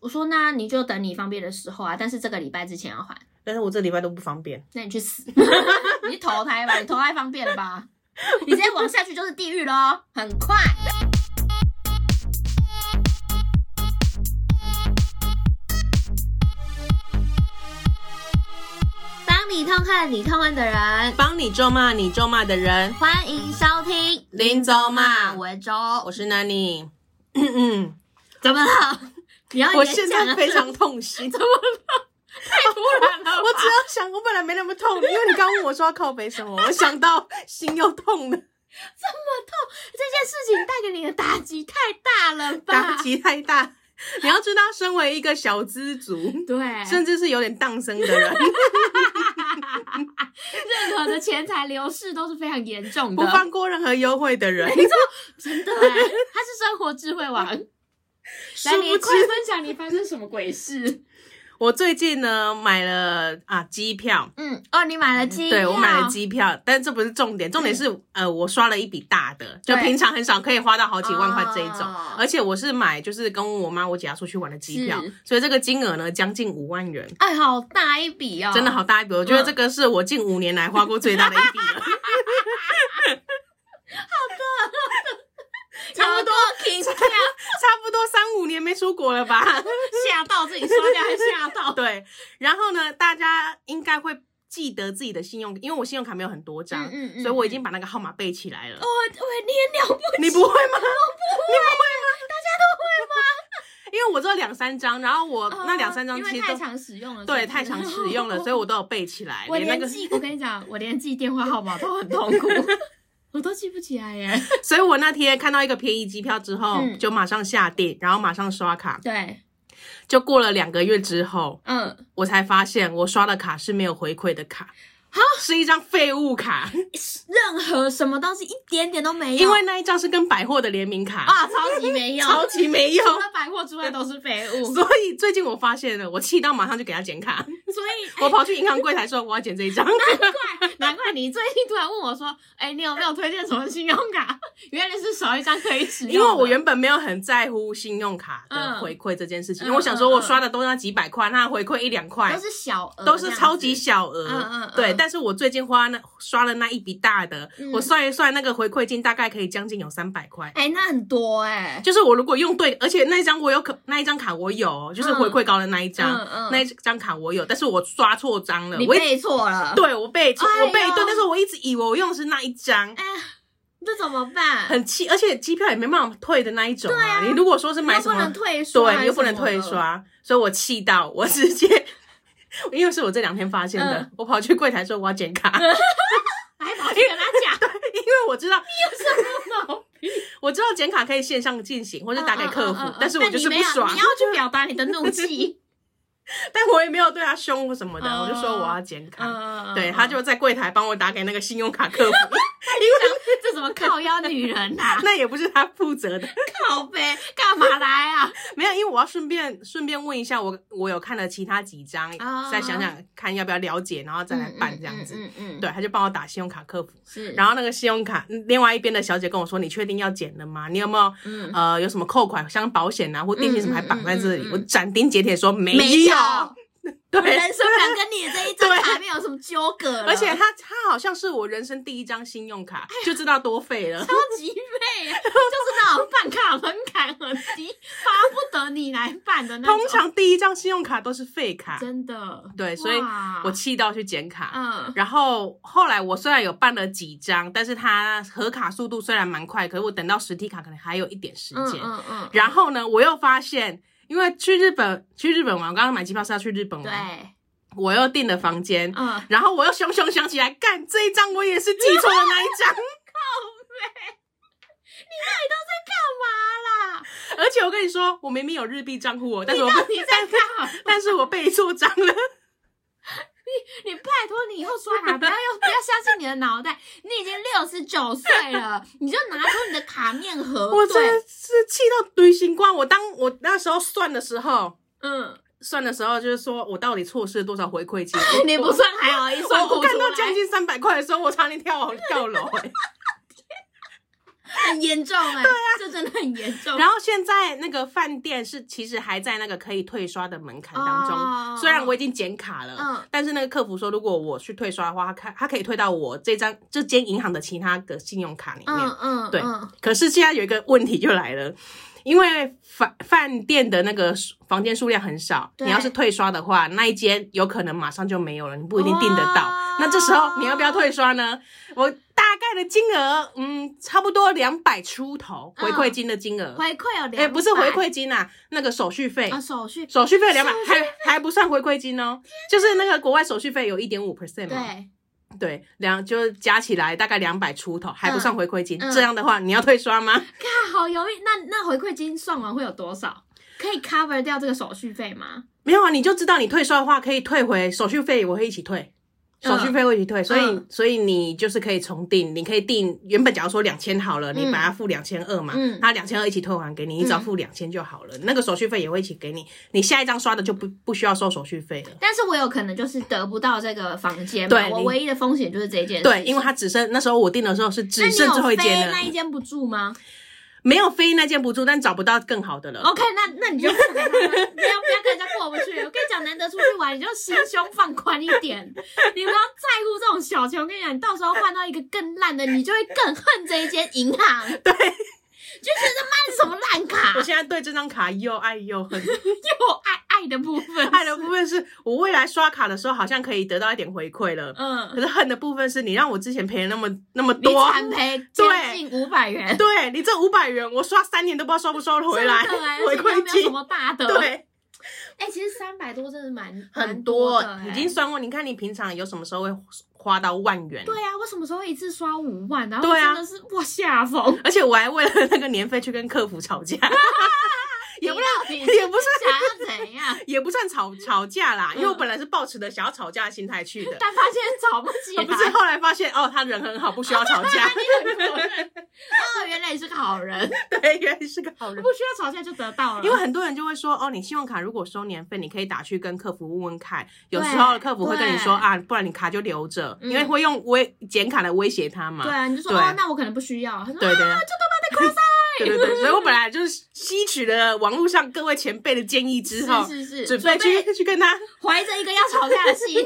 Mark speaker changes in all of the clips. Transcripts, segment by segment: Speaker 1: 我说那你就等你方便的时候啊，但是这个礼拜之前要还。
Speaker 2: 但是我这礼拜都不方便。
Speaker 1: 那你去死， 你去投胎吧，你投胎方便了吧？你直接往下去就是地狱喽，很快。帮你痛恨你痛恨的人，
Speaker 2: 帮你咒骂你咒骂的人，
Speaker 1: 欢迎收听
Speaker 2: 林咒骂
Speaker 1: 我为周，
Speaker 2: 我是 Nanny。嗯嗯，
Speaker 1: 怎么了？你要
Speaker 2: 我
Speaker 1: 演
Speaker 2: 现
Speaker 1: 讲
Speaker 2: 在啊
Speaker 1: 了
Speaker 2: 非常痛 心。
Speaker 1: 太突然了吧，
Speaker 2: 我只要想，我本来没那么痛，因为你刚问我说要靠背什么，我想到心又痛了，
Speaker 1: 这件事情带给你的打击太大了吧？
Speaker 2: 打击太 大。你要知道，身为一个小资 族，
Speaker 1: 对，
Speaker 2: 甚至是有点荡哎生的 人，
Speaker 1: 任何的钱财流逝都是非常严重的，
Speaker 2: 不放过任何优惠的 人，
Speaker 1: 真 的哎，他是生活智慧王。来，
Speaker 2: 殊
Speaker 1: 你
Speaker 2: 不
Speaker 1: 快
Speaker 2: 知
Speaker 1: 分享你发生什么鬼事？
Speaker 2: 我最近呢买了啊机票，
Speaker 1: 嗯，哦，你买了机
Speaker 2: 对我买了
Speaker 1: 机
Speaker 2: 机票，但这不是重点，重点是、呃我刷了一笔大的，就
Speaker 1: 对
Speaker 2: 平常很少可以花到好几万块这一种，
Speaker 1: 哦
Speaker 2: 而且我是买就是跟我妈我姐要出去玩的机票
Speaker 1: 是，
Speaker 2: 所以这个金额呢将近五万元。
Speaker 1: 哎，好大一笔哦，
Speaker 2: 真的好大一笔，我觉得这个是我近五年来花过最大的一笔了，
Speaker 1: 有
Speaker 2: 差不多
Speaker 1: 够停掉，
Speaker 2: 啊差不多三五年没出国 了吧？
Speaker 1: 吓到自己说掉， 还吓到。
Speaker 2: 对，然后呢，大家应该会记得自己的信用，因为我信用卡没有很多张，
Speaker 1: 嗯嗯嗯哦
Speaker 2: 所以我已经把那个号码背起来了。
Speaker 1: 我我你很了不 起，
Speaker 2: 你不会吗？
Speaker 1: 大
Speaker 2: 因为我只有两三张，然后我
Speaker 1: 家都会吗？
Speaker 2: 哦那两三张
Speaker 1: 哦因
Speaker 2: 其
Speaker 1: 为
Speaker 2: 实
Speaker 1: 太
Speaker 2: 都
Speaker 1: 常使用了，
Speaker 2: 对
Speaker 1: 是不是
Speaker 2: 太常使用了，所以我都有背起来，
Speaker 1: 我
Speaker 2: 那
Speaker 1: 连
Speaker 2: 个，
Speaker 1: 记，我跟你讲，我连记电话号码都很痛苦，我都记不起来耶。
Speaker 2: 所以我那天看到一个便宜机票之后，
Speaker 1: 嗯
Speaker 2: 就马上下定，然后马上刷卡，
Speaker 1: 对，
Speaker 2: 就过了两个月之后，
Speaker 1: 嗯，
Speaker 2: 我才发现我刷的卡是没有回馈的卡。是一张废物 卡，
Speaker 1: 任何什么东西一点点都没有，
Speaker 2: 因为那一张是跟百货的联名卡，
Speaker 1: 啊， 超级没用，
Speaker 2: 超级没用
Speaker 1: 除。了百货之外都是废物，
Speaker 2: 所以最近我发现了，我气到马上就给他剪卡，
Speaker 1: 所以
Speaker 2: 我跑去银行柜台说我要剪这一张。
Speaker 1: 怪难怪你最近突然问我说，哎、你有没有推荐什么信用卡？ 原来是少一张可以使用的，
Speaker 2: 因为我原本没有很在乎信用卡的
Speaker 1: 嗯
Speaker 2: 回馈这件事情，
Speaker 1: 嗯
Speaker 2: 因为我想说我刷的都那几百块，那回馈一两块
Speaker 1: 都是小额，
Speaker 2: 都是超级。小额，
Speaker 1: 嗯嗯嗯
Speaker 2: 对。但是我最近花那刷了那一笔大的，
Speaker 1: 嗯
Speaker 2: 我算一算那个回馈金大概可以将近有三百块。
Speaker 1: 哎、那很多哎、
Speaker 2: 就是我如果用对，而且那一张我有可那一张卡我有哦，就是
Speaker 1: 嗯
Speaker 2: 回馈高的那一张，
Speaker 1: 嗯嗯
Speaker 2: 那一张卡我有，但是我刷错张了，
Speaker 1: 你
Speaker 2: 我一
Speaker 1: 背错了，
Speaker 2: 对我背错，
Speaker 1: 哎呦
Speaker 2: 我背对，但是我一直以为我用的是那一张，
Speaker 1: 哎、这怎么办？
Speaker 2: 很气，而且机票也没办法退的那一种啊。你如果说是买
Speaker 1: 又
Speaker 2: 什
Speaker 1: 不能
Speaker 2: 么，
Speaker 1: 退刷，
Speaker 2: 对，你又不能退，刷，所以我气到我直接， 因为是我这两天发现的，
Speaker 1: 嗯
Speaker 2: 我跑去柜台说我要剪卡，
Speaker 1: 还跑哎去跟他讲
Speaker 2: 因为我知道
Speaker 1: 有什么 毛病，
Speaker 2: 我知道剪卡可以线上进行或者打给客服，
Speaker 1: 嗯嗯嗯嗯
Speaker 2: 但是我就是
Speaker 1: 你没
Speaker 2: 不
Speaker 1: 有
Speaker 2: 爽
Speaker 1: 你，要去表达你的怒 气，
Speaker 2: 但我也没有对他凶或什么的，
Speaker 1: 嗯
Speaker 2: 我就说我要剪卡。
Speaker 1: 嗯，
Speaker 2: 对他就在柜台帮我打给那个信用卡客服，
Speaker 1: 这怎么靠腰女人呐、
Speaker 2: 那也不是他负责的，
Speaker 1: 靠背干嘛来啊？
Speaker 2: 没有，因为我要顺便顺便问一下我，我有看了其他几张，
Speaker 1: 啊
Speaker 2: 再想想看要不要了解，然后再来办这样子。
Speaker 1: 嗯嗯，嗯嗯
Speaker 2: 对，他就帮我打信用卡客服，
Speaker 1: 是，
Speaker 2: 然后那个信用卡嗯另外一边的小姐跟我说：“你确定要减了吗？你有没有、
Speaker 1: 嗯
Speaker 2: 呃有什么扣款，像保险啊或定金什么还绑在这
Speaker 1: 嗯嗯
Speaker 2: 里？”
Speaker 1: 嗯嗯嗯
Speaker 2: 我斩钉截铁说：“没有。
Speaker 1: 没我
Speaker 2: 对，
Speaker 1: 人生不想跟你的这一张卡面有什么纠葛了
Speaker 2: 而且他他好像是我人生第一张信用
Speaker 1: 哎
Speaker 2: 卡，就知道多废了。
Speaker 1: 超级废 啊，就是那种办卡门槛很低，巴不得你来办的 那种。
Speaker 2: 通常第一张信用卡都是废卡，
Speaker 1: 真的，
Speaker 2: 对，所以
Speaker 1: 哇
Speaker 2: 我气到去剪卡。
Speaker 1: 嗯
Speaker 2: 然后后来我虽然有办了几张，但是它核卡速度虽然蛮快，可是我等到实体卡可能还有一点时
Speaker 1: 嗯
Speaker 2: 间。
Speaker 1: 嗯嗯，
Speaker 2: 然后呢，我又发现，因为去日本去日本玩，我刚刚买机票是要去日本
Speaker 1: 对，
Speaker 2: 玩，我又订了房 间，
Speaker 1: 嗯，
Speaker 2: 然后我又熊熊想起来，干这一张我也是记错了那一张，
Speaker 1: 干嘛啦？
Speaker 2: 而且我跟你说，我明明有日币账户哦，但
Speaker 1: 你
Speaker 2: 是我
Speaker 1: 到底在干嘛？
Speaker 2: 但是我背错账了，
Speaker 1: 你拜托你以后刷卡不要用，不要相信你的脑袋。你已经六十九岁了，你就拿出你的卡面核
Speaker 2: 我真
Speaker 1: 哦对
Speaker 2: 的，是气到堆心光。我当我那时候算的时候。
Speaker 1: 嗯，，
Speaker 2: 算的时候就是说我到底错失了多少回馈金
Speaker 1: 你不算还好，一算
Speaker 2: 我
Speaker 1: 哭出
Speaker 2: 看到
Speaker 1: 来
Speaker 2: 将。近三百块的时候，我差点跳跳楼、欸。
Speaker 1: 很严重哎、对啊，这真的很严重。
Speaker 2: 然后现在那个饭店是其实还在那个可以退刷的门槛当中，
Speaker 1: 哦
Speaker 2: 虽然我已经剪卡了，
Speaker 1: 嗯
Speaker 2: 但是那个客服说，如果我去退刷的话，他看他可以退到我这张这间银行的其他的信用卡里面。
Speaker 1: 嗯嗯，
Speaker 2: 对
Speaker 1: 嗯
Speaker 2: 可是现在有一个问题就来了，因为饭饭店的那个数房间数量很少，
Speaker 1: 对
Speaker 2: 你要是退刷的话，那一间有可能马上就没有了，你不一定订得到。那这时候你要不要退刷呢？我大概的金额，嗯，差不多两百出头
Speaker 1: 嗯
Speaker 2: 回馈金的金额，
Speaker 1: 回馈有两百，
Speaker 2: 哎、不是回馈金啊，那个手续费。
Speaker 1: 啊，手续
Speaker 2: 手续费两百
Speaker 1: 手，续
Speaker 2: 还还不算回馈金哦，就是那个国外手续费有一点五 percent 嘛，
Speaker 1: 对，
Speaker 2: 对，两就是加起来大概两百出头，还不算回馈金。
Speaker 1: 嗯
Speaker 2: 这样的话，你要退刷吗？
Speaker 1: 看好犹豫。那那回馈金算完会有多少？可以 cover 掉这个手续费吗？
Speaker 2: 没有啊，你就知道你退刷的话，可以退回手续费，我会一起退，
Speaker 1: 嗯
Speaker 2: 手续费会一起退，所以、
Speaker 1: 嗯
Speaker 2: 所以你就是可以重定，你可以定原本假如说两千好了，
Speaker 1: 嗯
Speaker 2: 你把它付两千二嘛，
Speaker 1: 嗯
Speaker 2: 那两千二一起退还给你，你只要付两千就好了，那个手续费也会一起给你，你下一张刷的就不不需要收手续费了。
Speaker 1: 但是我有可能就是得不到这个房间嘛，
Speaker 2: 对
Speaker 1: 我
Speaker 2: 你
Speaker 1: 唯一的风险就是这一件事情。
Speaker 2: 对，因为它只剩那时候我订的时候是
Speaker 1: 那
Speaker 2: 只
Speaker 1: 你
Speaker 2: 剩最后
Speaker 1: 有
Speaker 2: 一
Speaker 1: 非
Speaker 2: 间了
Speaker 1: 那，一间不住吗
Speaker 2: 没有飞那件不住，但找不到更好的了。
Speaker 1: ？OK，那那你就付给他们， 不要不要跟人家过不去。我跟你讲，难得出去玩，你就心胸放宽一点，你不要在乎这种小钱。我跟你讲，你到时候换到一个更烂的，你就会更恨这一间银行。对，就是这卖什么烂卡
Speaker 2: 我，现在对这张卡又爱又 恨，
Speaker 1: 又爱爱的部分，
Speaker 2: 爱的部分是我未来刷卡的时候好像可以得到一点回馈了，可
Speaker 1: 嗯，
Speaker 2: 是恨的部分是你让我之前赔了那么那么
Speaker 1: 你
Speaker 2: 多，
Speaker 1: 惨赔接
Speaker 2: 对
Speaker 1: 近五百元。
Speaker 2: 对你这五百元我刷三年都不知道收不收得回来，
Speaker 1: 真的欸
Speaker 2: 回
Speaker 1: 而且又
Speaker 2: 馈
Speaker 1: 没有什
Speaker 2: 金。
Speaker 1: 么大的，
Speaker 2: 对，
Speaker 1: 哎、其实三百多真的蛮
Speaker 2: 很
Speaker 1: 多
Speaker 2: 多
Speaker 1: 的、
Speaker 2: 哎
Speaker 1: 欸，
Speaker 2: 已经算过。你看你平常有什么时候会花到万元？
Speaker 1: 对啊，我什么时候一次刷五万？然后
Speaker 2: 对啊
Speaker 1: 真的是我吓疯，
Speaker 2: 而且我还为了那个年费去跟客服吵 架，也不
Speaker 1: 知道你
Speaker 2: 也不是
Speaker 1: 想要怎样，
Speaker 2: 也不算吵吵架啦，因为我
Speaker 1: 嗯
Speaker 2: 本来是抱持着想要吵架的心态去的，
Speaker 1: 但发现找不起来，，
Speaker 2: 不是后来发现哦，他人很好，不需要吵架
Speaker 1: 你很过分 哦，原来你是个好人，
Speaker 2: 对，原来是个好
Speaker 1: 不
Speaker 2: 人。
Speaker 1: 需要吵架就得到了，
Speaker 2: 因为很多人就会说，哦，你信用卡如果收年费，你可以打去跟客服问问看。有
Speaker 1: 对
Speaker 2: 时候客服会跟你说
Speaker 1: 对
Speaker 2: 啊，不然你卡就留着，
Speaker 1: 嗯
Speaker 2: 因为会用威剪卡来威胁他嘛。
Speaker 1: 对啊，你就说
Speaker 2: 对
Speaker 1: 哦，那我可能不需要，他说
Speaker 2: 对对
Speaker 1: 啊，就都
Speaker 2: 对对对，所以我本来就是吸取了网络上各位前辈的建议之
Speaker 1: 把
Speaker 2: 后，
Speaker 1: 它是是是，
Speaker 2: 准备 去去跟他，
Speaker 1: 怀着一个要吵架的 心，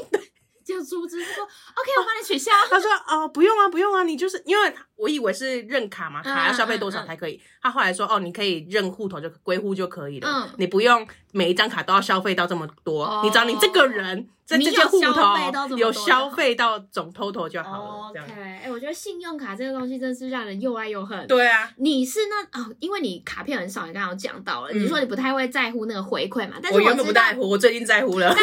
Speaker 1: 就殊不知说 OK，我帮你取 消，
Speaker 2: 他说哦，不用啊，不用啊，你就是因为他我以为是认卡嘛，卡要消费多
Speaker 1: 嗯嗯
Speaker 2: 少
Speaker 1: 嗯
Speaker 2: 才可以。他后来说哦，你可以认户头就归户就可以了，
Speaker 1: 嗯
Speaker 2: 你不用每一张卡都要消费到这么多，
Speaker 1: 哦
Speaker 2: 你只要你这个人在这件户
Speaker 1: 你有消费到这么
Speaker 2: 头
Speaker 1: 多
Speaker 2: 有消费到总 total 就好了，这
Speaker 1: OK，
Speaker 2: 样。
Speaker 1: 哎、我觉得信用卡这个东西真是让人又爱又恨。，
Speaker 2: 对啊，
Speaker 1: 你是那哦，因为你卡片很少，你刚刚有讲到了，
Speaker 2: 嗯
Speaker 1: 你说你不太会在乎那个回馈嘛，但是
Speaker 2: 我
Speaker 1: 我
Speaker 2: 原本不
Speaker 1: 知道
Speaker 2: 在乎，我最近在乎了。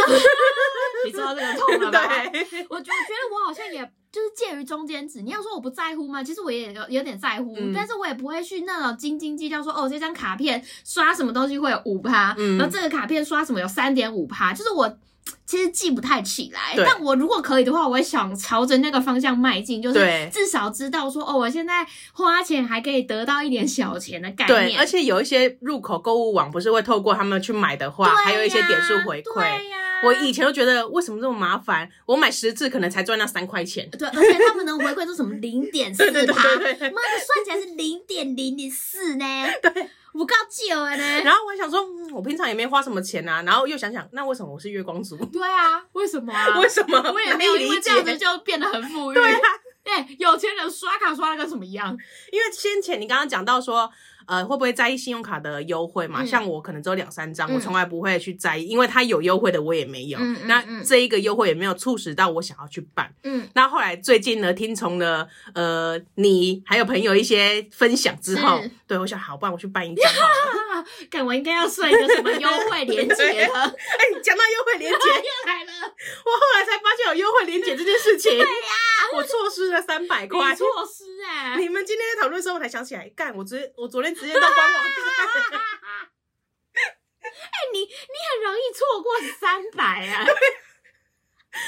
Speaker 1: 你知道这个痛了吧？
Speaker 2: 对，
Speaker 1: 我觉我觉得我好像也就是介于中间值。你要说我不在乎吗？其实我也有有点在乎，
Speaker 2: 嗯
Speaker 1: 但是我也不会去那种斤斤计较说哦，这张卡片刷什么东西会有五趴，
Speaker 2: 嗯
Speaker 1: 然后这个卡片刷什么有三点五趴，就是我。其实记不太起来，
Speaker 2: 对
Speaker 1: 但我如果可以的话，我会想朝着那个方向迈进，就是
Speaker 2: 对
Speaker 1: 至少知道说，哦，我现在花钱还可以得到一点小钱的 概
Speaker 2: 对，
Speaker 1: 念，
Speaker 2: 而且有一些入口购物网不是会透过他们去买的话，
Speaker 1: 对呀
Speaker 2: 还有一些点数回馈。
Speaker 1: 对呀，
Speaker 2: 我以前都觉得为什么这么麻烦，我买十次可能才赚那三块钱。
Speaker 1: 对，而且他们能回馈都什么零点四
Speaker 2: 对对对
Speaker 1: 趴，
Speaker 2: 对对
Speaker 1: 妈的，算起来是零点零零四 呢，对，我告九了呢。
Speaker 2: 然后我还想说，嗯我平常也没花什么钱啊，然后又想想，那为什么我是月光族？
Speaker 1: 对啊，为什么啊？
Speaker 2: 为什么？
Speaker 1: 我也没
Speaker 2: 哪
Speaker 1: 有
Speaker 2: 里
Speaker 1: 因
Speaker 2: 理
Speaker 1: 为
Speaker 2: 解
Speaker 1: 这。样子就变得很富裕。
Speaker 2: 对啊，
Speaker 1: 哎、有钱人刷卡刷的跟什么一样？
Speaker 2: 因为先前你刚刚讲到说，呃，会不会在意信用卡的优惠嘛？
Speaker 1: 嗯
Speaker 2: 像我可能只有两三张，
Speaker 1: 嗯
Speaker 2: 我从来不会去在意，因为它有优惠的我也没有。
Speaker 1: 嗯嗯嗯
Speaker 2: 那这一个优惠也没有促使到我想要去办。
Speaker 1: 嗯，
Speaker 2: 那后来最近呢，听从了呃你还有朋友一些分享之后
Speaker 1: 是，
Speaker 2: 对我想好，不然我去办一张好了。
Speaker 1: 干我应该要设一个什么优惠 连 接的，
Speaker 2: 哎、你讲到优 惠连结，
Speaker 1: 又来了，
Speaker 2: 我后来才发现有优惠连结这件事情。对呀、我错失了三百块
Speaker 1: 你。措施哎、
Speaker 2: 你们今天在讨论的时候，我才想起来，干，我直接我昨天直接到官网 去看。
Speaker 1: 你你很容易错过三百啊，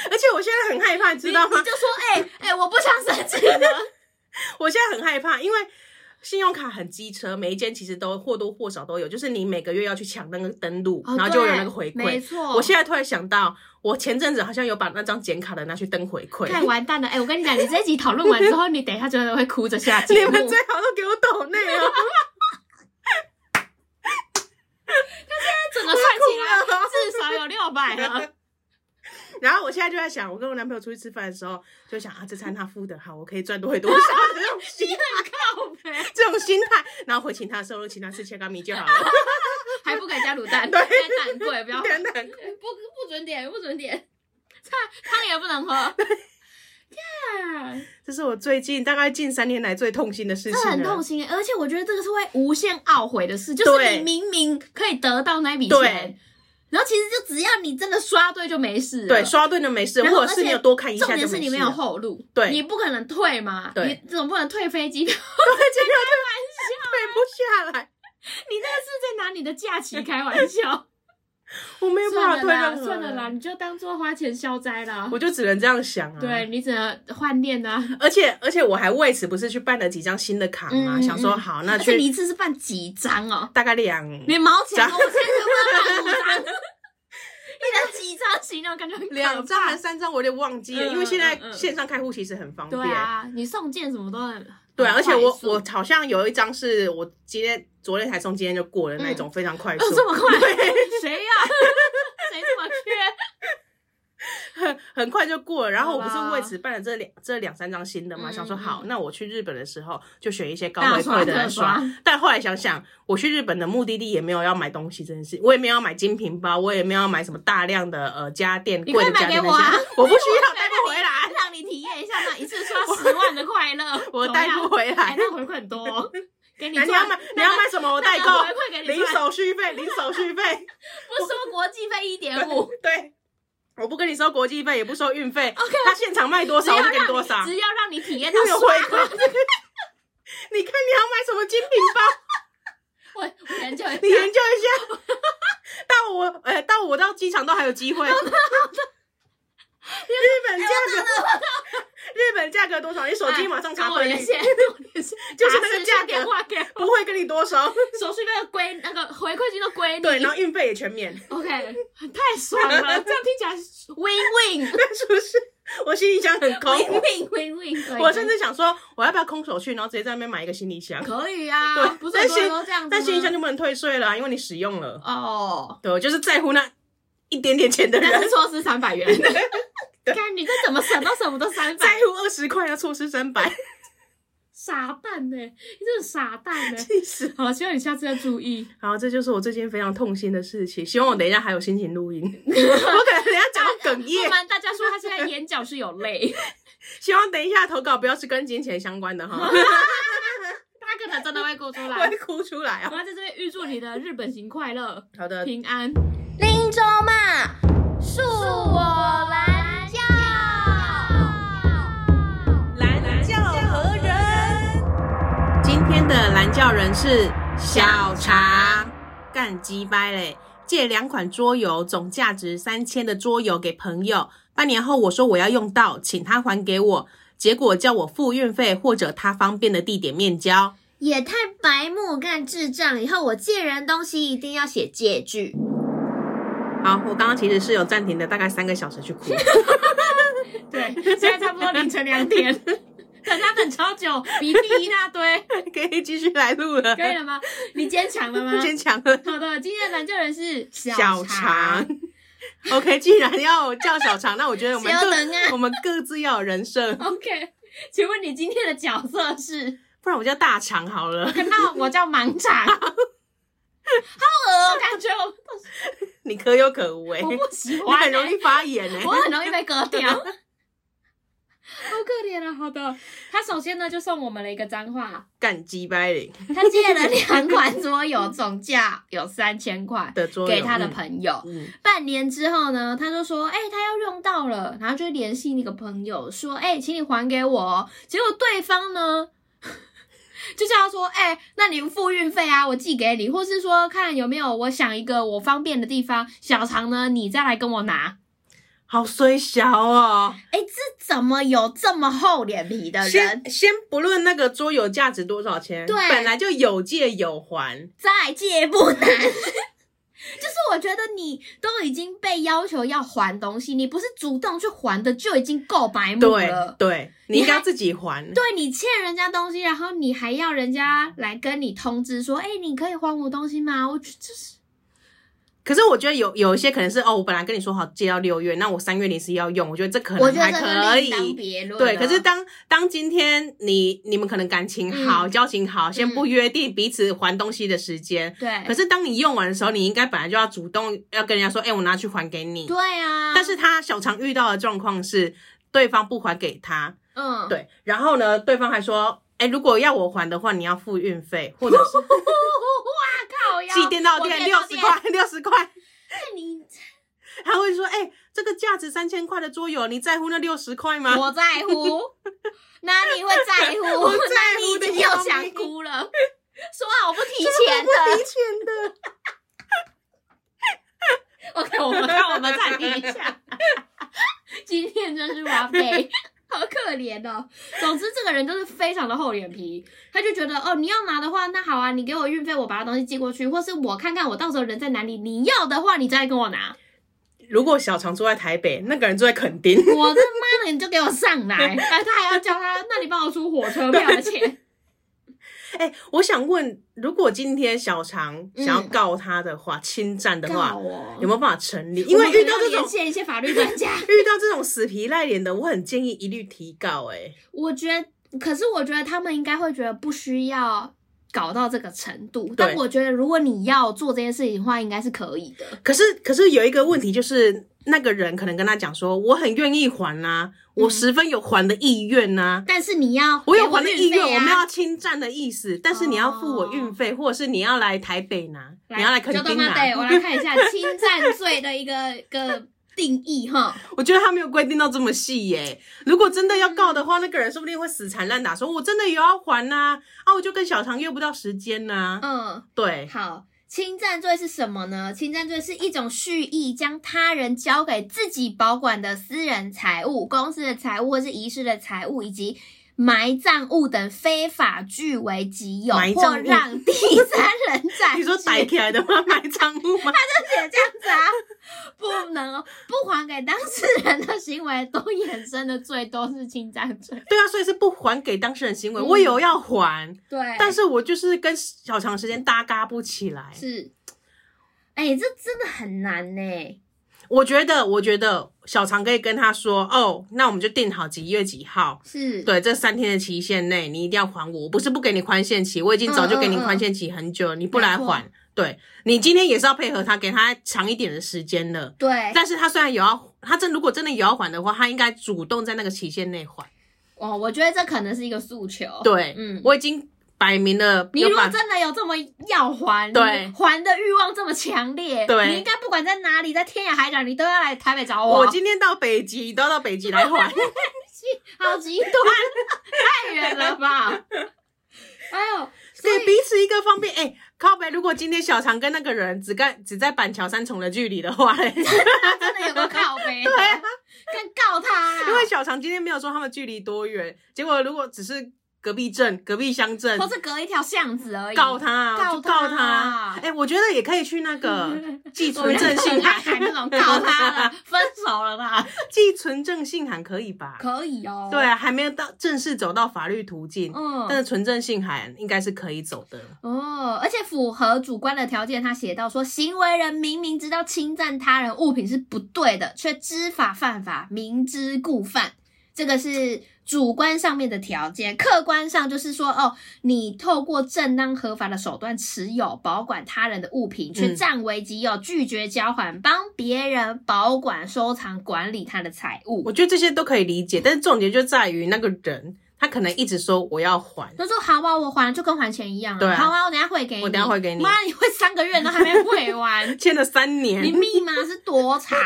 Speaker 2: 而且我现在很害怕，你知道
Speaker 1: 你
Speaker 2: 吗
Speaker 1: 你？就说哎哎、我不想生气了，
Speaker 2: 我现在很害怕，因为信用卡很机车，每一间其实都或多或少都有，就是你每个月要去抢那个登录，
Speaker 1: 哦
Speaker 2: 然后就会有
Speaker 1: 对
Speaker 2: 那个回
Speaker 1: 没
Speaker 2: 馈。
Speaker 1: 错，
Speaker 2: 我现在突然想到，我前阵子好像有把那张剪卡的拿去登回馈，
Speaker 1: 太完蛋了！哎、我跟你讲，你这一集讨论完之后，你等一下真的会哭着下
Speaker 2: 你
Speaker 1: 节目。
Speaker 2: 们最好都给我抖内哦，
Speaker 1: 整个算起来至少有六百 了。
Speaker 2: 然后我现在就在想，我跟我男朋友出去吃饭的时候，就想啊，这餐他付的好，我可以赚多多少 这种心
Speaker 1: 靠北
Speaker 2: 这种心态，然后回请他的时候，请他吃切 咖米就好了，
Speaker 1: 还不敢加卤蛋，
Speaker 2: 对
Speaker 1: 太难贵， 不要
Speaker 2: 有点难过。
Speaker 1: 不不准点，不准点，菜汤也不能 喝。天啊，
Speaker 2: 这是我最近大概近三年来最痛心的事
Speaker 1: 这
Speaker 2: 情
Speaker 1: 很
Speaker 2: 了
Speaker 1: 痛。心耶，而且我觉得这个是会无限懊悔的事，就是
Speaker 2: 对
Speaker 1: 你明明可以得到那笔钱
Speaker 2: 对，
Speaker 1: 然后其实就只要你真的刷对就没事了。
Speaker 2: 对，刷对了没事，
Speaker 1: 然后
Speaker 2: 或者是你有多看一下
Speaker 1: 重
Speaker 2: 就
Speaker 1: 点
Speaker 2: 没事
Speaker 1: 是
Speaker 2: 了。
Speaker 1: 你没有后路，
Speaker 2: 对
Speaker 1: 你不可能退嘛，
Speaker 2: 对
Speaker 1: 你总不能退飞机票，
Speaker 2: 对，这个退不下来，
Speaker 1: 你那是在拿你的假期开玩笑。
Speaker 2: 我没有办
Speaker 1: 算
Speaker 2: 法退
Speaker 1: 了啦，
Speaker 2: 任何
Speaker 1: 算了啦，，你就当做花钱消灾啦。
Speaker 2: 我就只能这样想啊。
Speaker 1: 对，你只能换练啊，
Speaker 2: 而且而且我还为此不是去办了几张新的卡
Speaker 1: 嗯
Speaker 2: 吗？
Speaker 1: 嗯
Speaker 2: 想说
Speaker 1: 嗯
Speaker 2: 好，那
Speaker 1: 而
Speaker 2: 嗯
Speaker 1: 且你
Speaker 2: 去
Speaker 1: 一次是办几张哦？
Speaker 2: 大概两。
Speaker 1: 你毛钱哦，我现在就办五 张，一人几张行啊，感觉很可
Speaker 2: 两张还是三张，我有点忘记了，
Speaker 1: 嗯
Speaker 2: 因为现在
Speaker 1: 嗯嗯嗯
Speaker 2: 线上开户其实很方便。
Speaker 1: 对啊，你送件什么都很
Speaker 2: 对啊，而且我
Speaker 1: 很快速
Speaker 2: 我好像有一张是我今天昨天才送，今天就过了那种，非常快速
Speaker 1: 哦，这么 快，谁呀？谁这么缺？
Speaker 2: 很很快就过了。然后我不是
Speaker 1: 好吧
Speaker 2: 为此办了这两这两三张新的嘛，
Speaker 1: 嗯
Speaker 2: 想说
Speaker 1: 嗯
Speaker 2: 好，那我去日本的时候就选一些高
Speaker 1: 大
Speaker 2: 回
Speaker 1: 刷
Speaker 2: 馈的来
Speaker 1: 特
Speaker 2: 刷
Speaker 1: 刷。
Speaker 2: 但后来想想，我去日本的目的地也没有要买东西这件事，我也没有要买精品包，我也没有要买什么大量的呃家电
Speaker 1: 你
Speaker 2: 贵的
Speaker 1: 快买
Speaker 2: 家电
Speaker 1: 给
Speaker 2: 那
Speaker 1: 我啊
Speaker 2: 些，我不需要
Speaker 1: 我
Speaker 2: 带
Speaker 1: 带
Speaker 2: 不 回来，
Speaker 1: 来，让你体验一下那一次刷十万的快乐。
Speaker 2: 我
Speaker 1: 怎么
Speaker 2: 带
Speaker 1: 样
Speaker 2: 不回
Speaker 1: 哎
Speaker 2: 来，。
Speaker 1: 那回馈很多 哦，给你
Speaker 2: 那
Speaker 1: 赚。
Speaker 2: 你要买你
Speaker 1: 那
Speaker 2: 要
Speaker 1: 个
Speaker 2: 买什么？我代
Speaker 1: 那
Speaker 2: 购
Speaker 1: 个 回馈给你
Speaker 2: 零
Speaker 1: 赚，
Speaker 2: 手续 费，零手续费。
Speaker 1: 不收国际费一点五，
Speaker 2: 对，我不跟你收国际费，也不收运费。OK，他现场卖多少我就给你多少，
Speaker 1: 只要让你体验到
Speaker 2: 又有回
Speaker 1: 刷
Speaker 2: 馈。 你看你要买什么精品包，
Speaker 1: 我我研究一
Speaker 2: 你研
Speaker 1: 下，
Speaker 2: 究一下。到我呃，到我到机场都还有机会。日本价格，日本价格多少？你手机马上查
Speaker 1: 跟哎我
Speaker 2: 回来
Speaker 1: 连， 线，跟我连线，
Speaker 2: 就是
Speaker 1: 打
Speaker 2: 那个
Speaker 1: 视讯
Speaker 2: 价格
Speaker 1: 电话给我
Speaker 2: 不会跟你多收。
Speaker 1: 手续费归那个回馈金都归你。
Speaker 2: 对，然后运费也全免，
Speaker 1: OK，太爽了，这样听起来 win win
Speaker 2: 是不是？我行李箱很空，
Speaker 1: win win win win，
Speaker 2: 我甚至想说，我要不要空手去，然后直接在那边买一个行李箱？
Speaker 1: 可以
Speaker 2: 对
Speaker 1: 啊，不是
Speaker 2: 但
Speaker 1: 很多
Speaker 2: 行
Speaker 1: 人都这样子吗？
Speaker 2: 但行李箱就不能退税了啊、因为你使用了。
Speaker 1: 哦，
Speaker 2: 对，我就是在乎那一点点钱的 人，
Speaker 1: 但是错失三百 元。 看你这怎么省都省不到三
Speaker 2: 在
Speaker 1: 百，
Speaker 2: 乎二十块要错失 三百，
Speaker 1: 傻蛋呢、你真的傻蛋呢、
Speaker 2: 气死！
Speaker 1: 好，希望你下次要注意。
Speaker 2: 好，这就是我最近非常痛心的事情。希望我等一下还有心情录 音，我可能等一下讲到哽
Speaker 1: 不
Speaker 2: 咽。
Speaker 1: 瞒大家说，他现在眼角是有 泪，
Speaker 2: 希望等一下投稿不要是跟金钱相关的哈，
Speaker 1: 他可能真的会哭出
Speaker 2: 我
Speaker 1: 来
Speaker 2: 会。哭出来
Speaker 1: 我
Speaker 2: 啊。呃
Speaker 1: 要在这边预祝你的日本行快乐、
Speaker 2: 好的，
Speaker 1: 平安。
Speaker 3: 林州嘛，恕我蓝教。
Speaker 2: 蓝教何人？今天的蓝教人是小茶干鸡掰嘞！借两款桌游，总价值三千的桌游给朋友。半年后我说我要用到，请他还给我，结果叫我付运费或者他方便的地点面交。
Speaker 3: 也太白目干智障！以后我借人东西一定要写借据。
Speaker 2: 好，我刚刚其实是有暂停的，大概三个小时去哭。
Speaker 1: 对，现在差不多凌晨两点， 等他等超久，鼻涕一大堆，
Speaker 2: 可以继续来录了，
Speaker 1: 可以了吗？你坚强了吗？
Speaker 2: 坚强了。
Speaker 1: 好的，今天的蓝教人是
Speaker 2: 小
Speaker 1: 肠
Speaker 2: 肠。。OK，既然要我叫小肠，那我觉得我们
Speaker 3: 小
Speaker 2: 各、
Speaker 3: 肠啊
Speaker 2: 我们各自要有人设，
Speaker 1: OK，请问你今天的角色是？
Speaker 2: 不然我叫大肠好了。
Speaker 1: 那我叫盲肠。好恶，感觉我
Speaker 2: 你可有可无哎、
Speaker 1: 我不喜
Speaker 2: 你
Speaker 1: 欢、
Speaker 2: 很容易，哎发炎哎、
Speaker 1: 我很容易被割掉。好可怜啊！好的，他首先呢就送我们了一个脏话，
Speaker 2: 干鸡掰嘞
Speaker 1: 他借了两款桌游，总价有三千块，
Speaker 2: 的桌游
Speaker 1: 给他的朋友。
Speaker 2: 嗯嗯
Speaker 1: 半年之后呢，他就说，哎、他要用到了，然后就联系那个朋友说，哎、请你还给我哦。结果对方呢， 就叫他说，哎、那你付运费啊，我寄给你，或是说看有没有我想一个我方便的地方，小常呢你再来跟我拿。
Speaker 2: 好虽小哦。
Speaker 1: 哎、这怎么有这么厚脸皮的人？
Speaker 2: 先先不论那个桌游价值多少钱，
Speaker 1: 对
Speaker 2: 本来就有借有还，
Speaker 1: 再借 不难。就是我觉得你都已经被要求要还东西，你不是主动去还的，就已经够白目
Speaker 2: 对
Speaker 1: 嗯了。
Speaker 2: 对，你
Speaker 1: 你
Speaker 2: 应该
Speaker 1: 还
Speaker 2: 自己还。
Speaker 1: 对你欠人家东西，然后你还要人家来跟你通知说，哎、你可以还我东西吗？我觉得就是
Speaker 2: 可是我觉得有有一些可能是哦，我本来跟你说好借到六月，那我三月临时要用，我觉得这可
Speaker 1: 我
Speaker 2: 能
Speaker 1: 觉
Speaker 2: 嗯还
Speaker 1: 得这个
Speaker 2: 可
Speaker 1: 另当
Speaker 2: 以。
Speaker 1: 别论啊了。
Speaker 2: 对，可是当当今天你你们可能感情好、交情好，先不约定彼此还东西的时间。
Speaker 1: 对，
Speaker 2: 可是当你用完的时候，你应该本来就要主动要跟人家说，哎、我拿去还给你。
Speaker 1: 对啊，
Speaker 2: 但是他小常遇到的状况是，对方不还给他，
Speaker 1: 嗯，
Speaker 2: 对，然后呢，对方还说，哎、如果要我还的话，你要付运费，或者 是
Speaker 1: 哇靠呀，
Speaker 2: 寄电到
Speaker 1: 我
Speaker 2: 店
Speaker 1: 电
Speaker 2: 六
Speaker 1: 到
Speaker 2: 十
Speaker 1: 店
Speaker 2: 块，六十块，
Speaker 1: 那你
Speaker 2: 他会说，哎、这个价值三千块的桌游，你在乎那六十块吗？
Speaker 1: 我在 乎，哪里会在乎？
Speaker 2: 我在乎
Speaker 1: 那你已经
Speaker 2: 的要
Speaker 1: 又
Speaker 2: 命
Speaker 1: 想哭了。说好不提钱的，
Speaker 2: 钱的。
Speaker 1: OK，我们让我们暂停一下。 今天真是哇贝，好可怜哦。总之，这个人就是非常的厚脸皮，他就觉得哦，你要拿的话，那好啊，你给我运费，我把东西寄过去，或是我看看我到时候人在哪里，你要的话，你再来跟我拿。
Speaker 2: 如果小常住在台北，那个人住在垦丁，
Speaker 1: 我的妈的，你就给我上来！哎，他还要叫他，那你帮我出火车票的钱。
Speaker 2: 哎、我想问，如果今天小常
Speaker 1: 嗯
Speaker 2: 想要告他的话，侵占的
Speaker 1: 告
Speaker 2: 话，
Speaker 1: 我
Speaker 2: 有没有办法成立？因为遇到
Speaker 1: 哦我们可能
Speaker 2: 这
Speaker 1: 要
Speaker 2: 种
Speaker 1: 连线一些法律专家，
Speaker 2: 遇到这种死皮赖脸的，我很建议一律提告、哎，
Speaker 1: 我觉得，可是我觉得他们应该会觉得不需要搞到这个程度。但我觉得，如果你要做这件事情的话，应该是可以的。
Speaker 2: 可是，可是有一个问题，就是那个人可能跟他讲说，我很愿意还呐、我
Speaker 1: 嗯
Speaker 2: 十分有还的意愿啊呐、
Speaker 1: 但是你要给
Speaker 2: 我
Speaker 1: 我
Speaker 2: 有还的意愿，
Speaker 1: 运费啊哦
Speaker 2: 我没有要侵占的意思，但是你要付我运费，或者是你要来台北拿，你要来垦
Speaker 1: 就他
Speaker 2: 丁
Speaker 1: 妈对我
Speaker 2: 拿。
Speaker 1: 来看一下 侵占罪的一个一个定义哈。
Speaker 2: 我觉得他没有规定到这么细耶、如果真的要告的话，那个人说不定会死缠烂打，说我真的有要还呐、啊，我就跟小常约不到时间呐、
Speaker 1: 嗯，
Speaker 2: 对，
Speaker 1: 好。侵占罪是什么呢？侵占罪是一种蓄意将他人交给自己保管的私人财物、公司的财物或是遗失的财物以及埋葬物等非法据为己有，
Speaker 2: 埋葬
Speaker 1: 或
Speaker 2: 物
Speaker 1: 让第三人 占
Speaker 2: 你说
Speaker 1: 据
Speaker 2: 逮起来的话，买账户 吗？
Speaker 1: 写这样子啊，不能哦，不还给当事人的行为都衍生的罪都是侵占罪。
Speaker 2: 对啊，所以是不还给当事人行为，
Speaker 1: 嗯
Speaker 2: 我有要还，
Speaker 1: 对，
Speaker 2: 但是我就是跟小长时间搭嘎不起来。
Speaker 1: 是，哎、这真的很难呢、
Speaker 2: 我觉得，我觉得小长可以跟他说，哦，那我们就定好几月几号，
Speaker 1: 是，
Speaker 2: 对，这三天的期限内你一定要还我。我不是不给你宽限期，我已经早就给你
Speaker 1: 嗯嗯嗯
Speaker 2: 宽限期很久了，你不来
Speaker 1: 没错
Speaker 2: 还，对你今天也是要配合他，给他长一点的时间了。
Speaker 1: 对，
Speaker 2: 但是他虽然有要，他真如果真的有要还的话，他应该主动在那个期限内还。
Speaker 1: 哦，我觉得这可能是一个诉求。，
Speaker 2: 对，
Speaker 1: 嗯
Speaker 2: 我已经摆明了，
Speaker 1: 你如
Speaker 2: 有
Speaker 1: 果
Speaker 2: 把
Speaker 1: 真的有这么要还，
Speaker 2: 对
Speaker 1: 你还的欲望这么强烈，
Speaker 2: 对
Speaker 1: 你应该不管在哪里，在天涯海角，你都要来台北找
Speaker 2: 我
Speaker 1: 我
Speaker 2: 今天到北极，你都要到北极来 还。
Speaker 1: 好极端，太远了 吧？哎呦，所
Speaker 2: 给
Speaker 1: 以
Speaker 2: 彼此一个方便。哎、靠北，如果今天小常跟那个人只在只在板桥三重的距离的 话哎嘞，
Speaker 1: 他真的有个靠背，
Speaker 2: 对啊，
Speaker 1: 更告他啦，
Speaker 2: 因为小常今天没有说他们距离多远，结果如果只是隔壁镇、隔壁乡镇，
Speaker 1: 或是隔一条巷子而已。
Speaker 2: 告他，
Speaker 1: 告
Speaker 2: 就告
Speaker 1: 他
Speaker 2: 他。哎、我觉得也可以去那 个寄
Speaker 1: 我们
Speaker 2: 存
Speaker 1: 俩
Speaker 2: 正信
Speaker 1: 爱喊
Speaker 2: 函，
Speaker 1: 那种告他了，分手了啦，
Speaker 2: 寄存正信函可以吧？
Speaker 1: 可以哦。
Speaker 2: 对，啊，还没有到正式走到法律途径，但
Speaker 1: 嗯，
Speaker 2: 是纯正信函应该是可以走的。
Speaker 1: 哦，而且符合主观的条件，他写到说，行为人明明知道侵占他人物品是不对的，却知法犯法，明知故犯。这个是主观上面的条件，客观上就是说，哦，你透过正当合法的手段持有、保管他人的物品，却
Speaker 2: 嗯
Speaker 1: 占为己有，拒绝交还，帮别人保管、收藏、管理他的财物。
Speaker 2: 我觉得这些都可以理解，但是重点就在于那个人，他可能一直说我要还，
Speaker 1: 他说好啊，我还了就跟还钱一样啊。
Speaker 2: 对啊
Speaker 1: 好啊，我等一下汇给你。
Speaker 2: 我等一下汇给你，
Speaker 1: 妈，你汇三个月都还没汇完
Speaker 2: 欠了三年，
Speaker 1: 你密码是多 长？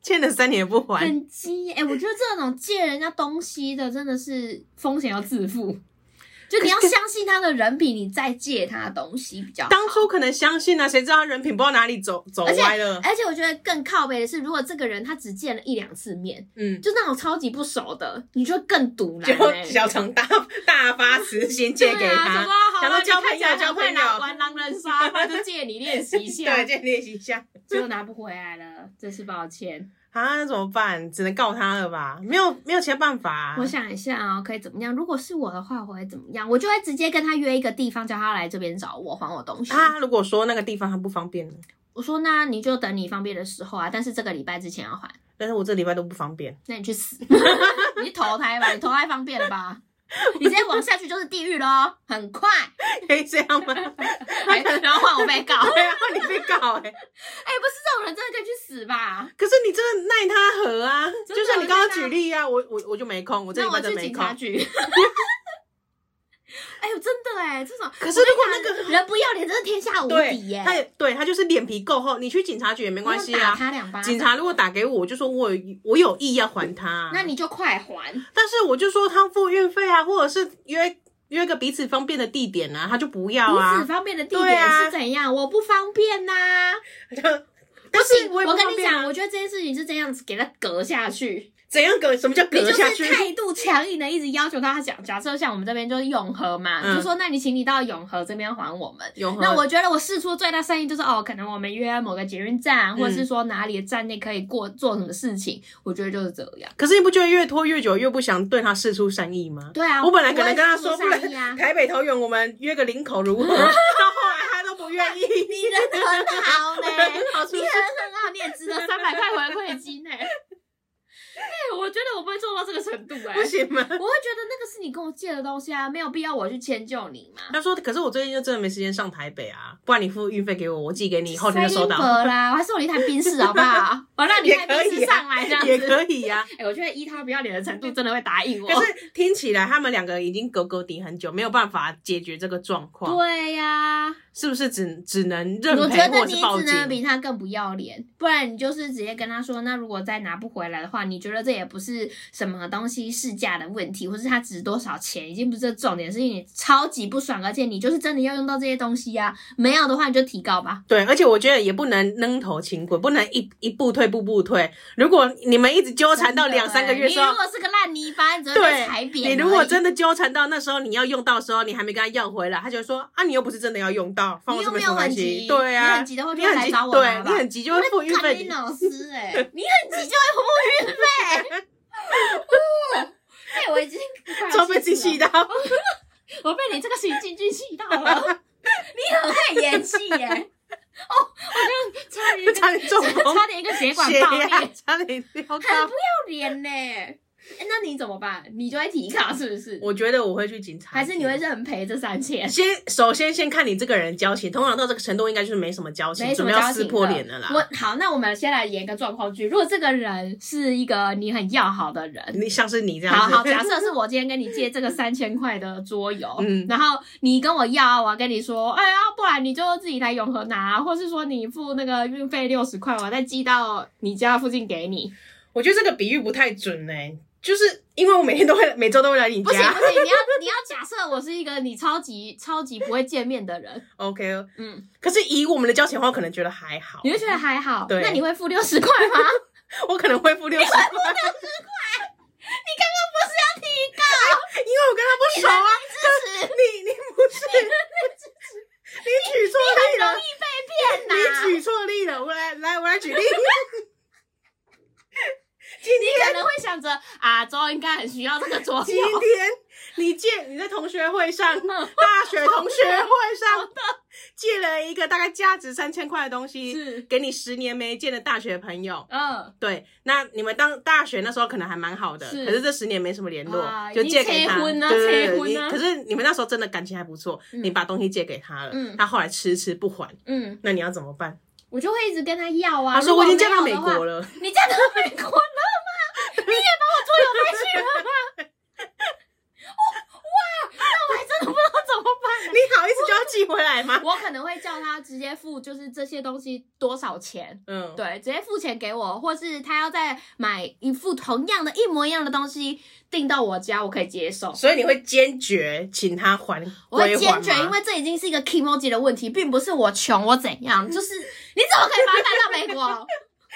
Speaker 2: 欠了三年不还，
Speaker 1: 很鸡哎、我觉得这种借人家东西的真的是风险要自负。就你要相信他的人品，你再借他东西比较好。
Speaker 2: 当初可能相信啊，谁知道他人品不知道哪里走走
Speaker 1: 而且
Speaker 2: 歪了。
Speaker 1: 而且我觉得更靠背的是，如果这个人他只见了一两次面，
Speaker 2: 嗯，
Speaker 1: 就那种超级不熟的，你就更堵了、
Speaker 2: 就
Speaker 1: 欸。
Speaker 2: 小常大大发慈心借给
Speaker 1: 对啊，
Speaker 2: 他
Speaker 1: 什么，啊好
Speaker 2: 想
Speaker 1: 啊，
Speaker 2: 说
Speaker 1: 你
Speaker 2: 交
Speaker 1: 看
Speaker 2: 朋
Speaker 1: 起来
Speaker 2: 友交
Speaker 1: 很会
Speaker 2: 朋
Speaker 1: 拿
Speaker 2: 友，
Speaker 1: 玩狼人杀，那就借你练习一下，
Speaker 2: 对，就练习一下
Speaker 1: 结果拿不回来了，真是抱歉。
Speaker 2: 啊，那怎么办？只能告他了吧？没有没有其他办法啊、
Speaker 1: 我想一下哦，可以怎么样？如果是我的话，我会怎么样？我就会直接跟他约一个地方，叫他来这边找我，还我东西。
Speaker 2: 他如果说那个地方他不方便呢，
Speaker 1: 我说那你就等你方便的时候啊，但是这个礼拜之前要还。
Speaker 2: 但是我这礼拜都不方便，
Speaker 1: 那你去死，你去投胎吧，你投胎方便了吧？你直接往下去就是地狱喽，很快，
Speaker 2: 可以这样吗？
Speaker 1: 还然后换我被告。哎、
Speaker 2: 对啊，你被告哎、
Speaker 1: 不是这种人真的可以去死吧？
Speaker 2: 可是你真的奈他何啊？
Speaker 1: 的
Speaker 2: 就像你刚刚举例啊，我我我就没空，我这
Speaker 1: 那
Speaker 2: 礼
Speaker 1: 我
Speaker 2: 拜都
Speaker 1: 去
Speaker 2: 没
Speaker 1: 警
Speaker 2: 空
Speaker 1: 察。局。 哎呦，真的哎，这种
Speaker 2: 可是如果那个
Speaker 1: 人人不要脸，真是天下无敌
Speaker 2: 对，
Speaker 1: 耶！
Speaker 2: 他也对他就是脸皮够厚，你去警察局也没关系
Speaker 1: 哎我打
Speaker 2: 啊。
Speaker 1: 他两巴掌，
Speaker 2: 警察如果打给我，我就说我有我有意要还他啊、
Speaker 1: 那你就快还。
Speaker 2: 但是我就说他付运费啊，或者是约约个彼此方便的地点啊，他就不要
Speaker 1: 彼此
Speaker 2: 啊。
Speaker 1: 方便的地
Speaker 2: 对
Speaker 1: 点
Speaker 2: 啊
Speaker 1: 是怎样？我不方便呐、
Speaker 2: 但是
Speaker 1: 我
Speaker 2: 也不
Speaker 1: 跟
Speaker 2: 方
Speaker 1: 你
Speaker 2: 便啊
Speaker 1: 讲，我觉得这件事情是这样子给他隔下去，
Speaker 2: 怎样隔什么叫
Speaker 1: 你
Speaker 2: 隔
Speaker 1: 就
Speaker 2: 下
Speaker 1: 是
Speaker 2: 去？
Speaker 1: 态度强硬的一直要求他讲。假设像我们这边就是永和嘛，
Speaker 2: 嗯
Speaker 1: 就说那你请你到永和这边还我们。
Speaker 2: 永和
Speaker 1: 那我觉得我试出最大善意就是哦，可能我们约某个捷运站，或者
Speaker 2: 嗯
Speaker 1: 是说哪里的站内可以过做什么事情，我觉得就是这样。
Speaker 2: 可是你不觉得越拖越久越不想对他示出善意吗？
Speaker 1: 对啊，
Speaker 2: 我本来可能
Speaker 1: 会
Speaker 2: 跟他
Speaker 1: 试
Speaker 2: 说，
Speaker 1: 出
Speaker 2: 不
Speaker 1: 善意啊
Speaker 2: 然台北桃园我们约个林口如何？到后来他都不愿意。
Speaker 3: 你人很好呢、
Speaker 2: 很好，是
Speaker 1: 你很很
Speaker 2: 不是？
Speaker 1: 好，你也值得三百块回馈金 哎、欸。哎、我觉得我不会做到这个程度哎、
Speaker 2: 不行吗？
Speaker 1: 我会觉得那个是你跟我借的东西啊，没有必要我去迁就你嘛。
Speaker 2: 他说：“可是我最近就真的没时间上台北啊，不然你付运费给我，我寄给你，后天就收
Speaker 1: 塞林
Speaker 2: 到，
Speaker 1: 伯啊啦，我还送你一台宾士好不 好？我让你一台宾士上来这样
Speaker 2: 啊也
Speaker 1: 子。
Speaker 2: 可以啊呀、
Speaker 1: 哎、我觉得依他不要脸的程度，真的会答应我。
Speaker 2: 可是听起来他们两个已经格格底很久，没有办法解决这个状况，
Speaker 1: 对呀、
Speaker 2: 是不是只只能
Speaker 1: 我
Speaker 2: 认
Speaker 1: 觉
Speaker 2: 赔
Speaker 1: 得
Speaker 2: 或
Speaker 1: 你
Speaker 2: 是报
Speaker 1: 只能比
Speaker 2: 警？
Speaker 1: 他更不要脸，不然你就是直接跟他说，那如果再拿不回来的话，你觉得这也不是什么东西市价的问题，或是它值多少钱，已经不是这重点，是你超级不爽，而且你就是真的要用到这些东西呀、啊没有的话你就提高吧。
Speaker 2: 对，而且我觉得也不能扔头轻滚，不能一一步退步步退。如果你们一直纠缠到两三个月
Speaker 1: 欸你
Speaker 2: 之
Speaker 1: 如
Speaker 2: 后，
Speaker 1: 果是个烂泥巴，你只会被踩
Speaker 2: 对，
Speaker 1: 扁而
Speaker 2: 你
Speaker 1: 已。
Speaker 2: 如果真的纠缠到那时候你要用到的时候，你还没跟他要回来，他就会说啊，你又不是真的要用到，放
Speaker 1: 你
Speaker 2: 我
Speaker 1: 又
Speaker 2: 这
Speaker 1: 没有
Speaker 2: 边什么关
Speaker 1: 很
Speaker 2: 系
Speaker 1: 急，？
Speaker 2: 对
Speaker 1: 你
Speaker 2: 啊
Speaker 1: 很，急的话
Speaker 2: 你
Speaker 1: 就会来
Speaker 2: 急
Speaker 1: 找，我
Speaker 2: 对
Speaker 1: 了，
Speaker 2: 你很急就会付运
Speaker 1: 看你
Speaker 2: 费。
Speaker 1: 老师哎、你很急就会付运费。 哦哎、我已经快要
Speaker 2: 超被自己
Speaker 1: 气死
Speaker 2: 气
Speaker 1: 了，
Speaker 2: 到，
Speaker 1: 我被你这个行径句气到了。 你很会演戏耶、哦，我刚刚差点一
Speaker 2: 差点中
Speaker 1: 个
Speaker 2: 风，
Speaker 1: 差点一个血管
Speaker 2: 血
Speaker 1: 爆裂，
Speaker 2: 压差 点飙
Speaker 1: 很
Speaker 2: 高
Speaker 1: 不。要脸呢、哎那你怎么办？你就会提卡是不是？
Speaker 2: 我觉得我会去警察局，
Speaker 1: 还是你会认赔这三 千？
Speaker 2: 先首先先看你这个人交情，通常到这个程度应该就是没什么交情，
Speaker 1: 没什
Speaker 2: 准
Speaker 1: 么交
Speaker 2: 备要
Speaker 1: 情
Speaker 2: 撕破脸了啦。
Speaker 1: 我好，那我们先来演一个状况剧。如果这个人是一个你很要好的人，
Speaker 2: 你像是你这
Speaker 1: 好
Speaker 2: 样子，
Speaker 1: 好，假设是我今天跟你借这个三千块的桌游，
Speaker 2: 嗯
Speaker 1: 然后你跟我要，我要跟你说，哎呀，不然你就自己来永和拿，或是说你付那个运费六十块，我再寄到你家附近给你。
Speaker 2: 我觉得这个比喻不太准呢、就是因为我每天都会每周都会来你
Speaker 1: 不行不
Speaker 2: 家。
Speaker 1: 行，你要你要假设我是一个你超级超级不会见面的人，
Speaker 2: OK，
Speaker 1: 嗯，
Speaker 2: 可是以我们的交情的话，我可能觉得还好
Speaker 1: 你，会觉得还好，
Speaker 2: 对
Speaker 1: 那你会付六十块 吗？
Speaker 2: 我可能会付六十 块，
Speaker 1: 不是要提高。
Speaker 2: 因为我跟他不熟啊。
Speaker 1: 支持
Speaker 2: 你你不是，你举错例了，
Speaker 1: 被骗呐、
Speaker 2: 你举错例了。我来来，我来举例。 今
Speaker 1: 你
Speaker 2: 天
Speaker 1: 可能会想着啊，周应该很需要这个桌
Speaker 2: 今
Speaker 1: 游。
Speaker 2: 天你借你在同学会
Speaker 1: 嗯
Speaker 2: 上，大学同学会 上借了一个大概价值三千块的东西，
Speaker 1: 是，
Speaker 2: 给你十年没见的大学朋友。
Speaker 1: 嗯，
Speaker 2: 对，那你们当大学那时候可能还蛮好的，
Speaker 1: 是
Speaker 2: 可是这十年没什么联络，
Speaker 1: 啊
Speaker 2: 就借给他。
Speaker 1: 已经结婚啊
Speaker 2: 对对
Speaker 1: 结
Speaker 2: 对
Speaker 1: 婚啊
Speaker 2: 你可是你们那时候真的感情还不错，
Speaker 1: 嗯
Speaker 2: 你把东西借给他了，
Speaker 1: 嗯
Speaker 2: 他后来迟迟不还，
Speaker 1: 嗯，
Speaker 2: 那你要怎么办？
Speaker 1: 我就会一直跟他要啊。
Speaker 2: 他说
Speaker 1: 如果
Speaker 2: 我已经
Speaker 1: 没
Speaker 2: 嫁到
Speaker 1: 有
Speaker 2: 美
Speaker 1: 的话
Speaker 2: 国，了，
Speaker 1: 你嫁到美国了吗？你也把我桌游带去了吗？哇，那我还真的不知道怎么办、
Speaker 2: 你好意思就要寄回来吗？
Speaker 1: 我可能会叫他他直接付就是这些东西多少钱。
Speaker 2: 嗯，
Speaker 1: 对，直接付钱给我，或是他要再买一副同样的一模一样的东西订到我家，我可以接受。
Speaker 2: 所以你会坚决请他还归还吗
Speaker 1: 我会坚决，因为这已经是一个 k i m o j i 的问题，并不是我穷我怎样，就是你怎么可以把它带到美国？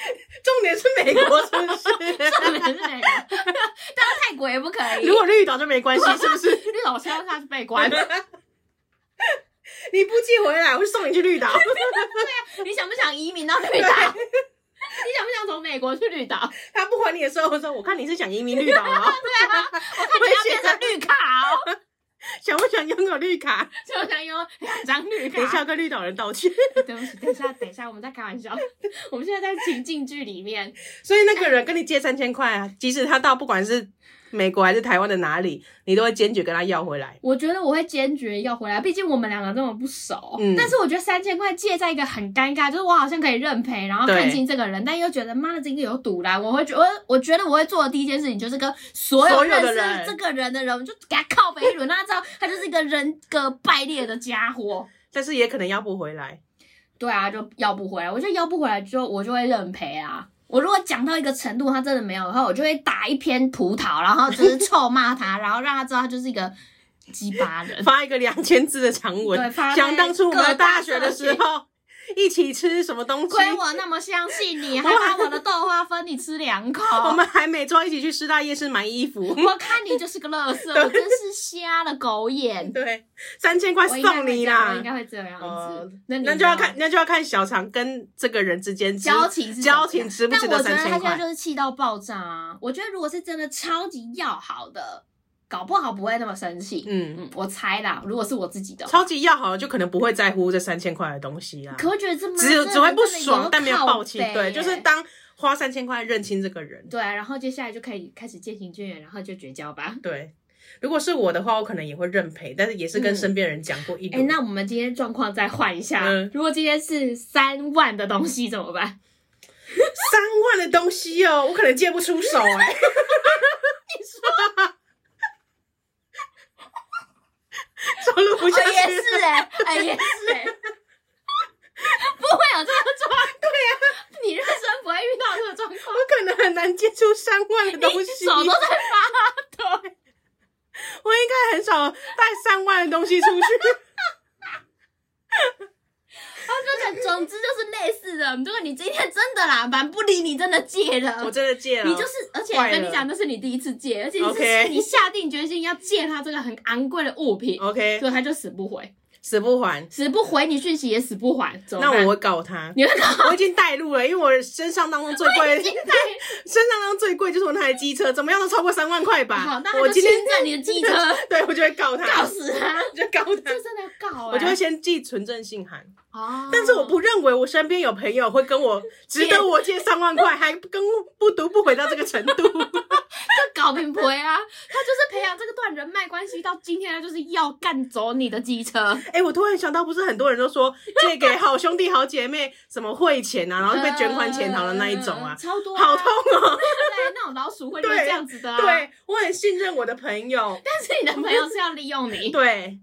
Speaker 2: 重点是美国，是不
Speaker 1: 不
Speaker 2: 是？
Speaker 1: 能是美国，但是泰国也不可以。
Speaker 2: 如果绿岛就没关系，是不 是？
Speaker 1: 那种现在他是被关，
Speaker 2: 你不寄回来，我就送你去绿岛。
Speaker 1: 你想不想移民到绿岛？你 想不想从美国去绿岛？哦
Speaker 2: 他不还你的时候，我说我看你是想移民绿岛 啊，
Speaker 1: 对啊，我看你要变成绿卡 哦，
Speaker 2: 想不想拥有绿卡？
Speaker 1: 就想有两张绿
Speaker 2: 等一下
Speaker 1: 卡。
Speaker 2: 要跟绿岛人道歉。
Speaker 1: 对不起，等一下，等一下，我们在开玩笑，我们现在在情境剧里面，
Speaker 2: 所以那个人跟你借三千块啊，即使他到不管是美国还是台湾的哪里，你都会坚决跟他要回来。
Speaker 1: 我觉得我会坚决要回来，毕竟我们两个这么不熟。
Speaker 2: 嗯
Speaker 1: 但是我觉得三千块借在一个很尴尬，就是我好像可以认赔，然后
Speaker 2: 对
Speaker 1: 看清这个人，但又觉得妈的这个有赌啦。我会觉得，我我觉得我会做的第一件事情就是跟所有
Speaker 2: 所有
Speaker 1: 认
Speaker 2: 的
Speaker 1: 识
Speaker 2: 人
Speaker 1: 这个人的人，我就给他靠背一轮，让他知道他就是一个人格败劣的家伙。
Speaker 2: 但是也可能要不回来。
Speaker 1: 对啊，就要不回来。我觉得要不回来就我就会认赔啊。我如果讲到一个程度，他真的没有的话，我就会打一篇葡萄，然后只是臭骂他，然后让他知道他就是一个鸡巴 人。
Speaker 2: 发一个两千字的长
Speaker 1: 对
Speaker 2: 文。
Speaker 1: 发在
Speaker 2: 想当初我
Speaker 1: 各
Speaker 2: 们
Speaker 1: 大
Speaker 2: 大学的时
Speaker 1: 社群
Speaker 2: 候，一起吃什么东西？
Speaker 1: 亏我那么相信 你，还把我的豆花分你吃两口。
Speaker 2: 我们还每周一起去师大夜市买衣 服。
Speaker 1: 我看你就是个乐色，我真是瞎了狗 眼。
Speaker 2: 对，三千块
Speaker 1: 我应该
Speaker 2: 送
Speaker 1: 会
Speaker 2: 你
Speaker 1: 这样我
Speaker 2: 啦
Speaker 1: 应。该会这样
Speaker 2: 哦
Speaker 1: 子。那你
Speaker 2: 那
Speaker 1: 呢
Speaker 2: 就要看，那就要看小常跟这个人之间之
Speaker 1: 交情是怎么样
Speaker 2: 交情值不值
Speaker 1: 但我
Speaker 2: 得
Speaker 1: 觉得
Speaker 2: 三
Speaker 1: 他
Speaker 2: 千
Speaker 1: 现在
Speaker 2: 块。
Speaker 1: 就是气到爆炸啊！我觉得如果是真的超级要好的，搞不好不会那么生气。
Speaker 2: 嗯，
Speaker 1: 嗯，我猜啦，如果是我自己的话，
Speaker 2: 超级要好的就可能不会在乎这三千块的东西啦，
Speaker 1: 可我觉得这妈
Speaker 2: 只有
Speaker 1: 这
Speaker 2: 只会
Speaker 1: 人
Speaker 2: 不
Speaker 1: 真的
Speaker 2: 爽，但没有
Speaker 1: 靠
Speaker 2: 暴气。
Speaker 1: 北
Speaker 2: 对，就是
Speaker 1: 耶
Speaker 2: 当花三千块认清这个人。
Speaker 1: 对，然后接下来就可以开始渐行渐远，然后就绝交吧。
Speaker 2: 对，如果是我的话，我可能也会认赔，但是也是跟
Speaker 1: 嗯
Speaker 2: 身边人讲过一
Speaker 1: 哎、
Speaker 2: 轮。
Speaker 1: 那我们今天状况再换一下，
Speaker 2: 嗯
Speaker 1: 如果今天是三万的东西怎么 办？
Speaker 2: 三万的东西哦，我可能借不出手 哎、你说，走路不
Speaker 1: 我
Speaker 2: 下去，
Speaker 1: 也是哎、哎、也是哎、 不会有这个状况。对
Speaker 2: 啊
Speaker 1: 呀、你人生不会遇到这个状况
Speaker 2: 我，可能很难借出三 万的东西。
Speaker 1: 手都在发抖。
Speaker 2: 我应该很少带三万的东西 出去。
Speaker 1: 他就讲，总之就是类似的。如果你今天真的啦，蛮不理你，真的戒了，
Speaker 2: 我真的借了，
Speaker 1: 你就是，而且我
Speaker 2: 坏了
Speaker 1: 跟你讲，那是你第一次借，而且你
Speaker 2: OK
Speaker 1: 是你下定决心要借他这个很昂贵的物品，
Speaker 2: OK，
Speaker 1: 所以他就死不回，
Speaker 2: 死不还。
Speaker 1: 死不回你讯息，也死不还。怎么
Speaker 2: 那
Speaker 1: 办
Speaker 2: 我会告他，
Speaker 1: 你会搞
Speaker 2: 我已经带路了，因为我身上当中最 贵的，
Speaker 1: 心
Speaker 2: 身
Speaker 1: 态
Speaker 2: 上当中最贵就是我那台机车，怎么样都超过三万块吧。
Speaker 1: 好，那他
Speaker 2: 啊我
Speaker 1: 就
Speaker 2: 今
Speaker 1: 侵
Speaker 2: 天
Speaker 1: 占你的机 车，
Speaker 2: 对我就会告他，
Speaker 1: 告死他，
Speaker 2: 我就告他
Speaker 1: 这。真的要告哎、
Speaker 2: 我就会先寄存证信函，
Speaker 1: 哦，
Speaker 2: 但是我不认为我身边有朋友会跟我值得我借三万块，还跟我不读不回到这个程度。
Speaker 1: 就搞品牌啊，他就是培养这个段人脉关系，到今天他就是要干走你的机车，
Speaker 2: 哎、我突然想到，不是很多人都说借给好兄弟、好姐妹什么汇钱啊，然后被卷款潜逃的那一种啊
Speaker 1: 嗯，超多、
Speaker 2: 好痛。哦、
Speaker 1: 对，那种老鼠会就是
Speaker 2: 对
Speaker 1: 这样子的、啊，。
Speaker 2: 对我很信任我的朋友，
Speaker 1: 但是你的朋友是要利用 你，
Speaker 2: 对，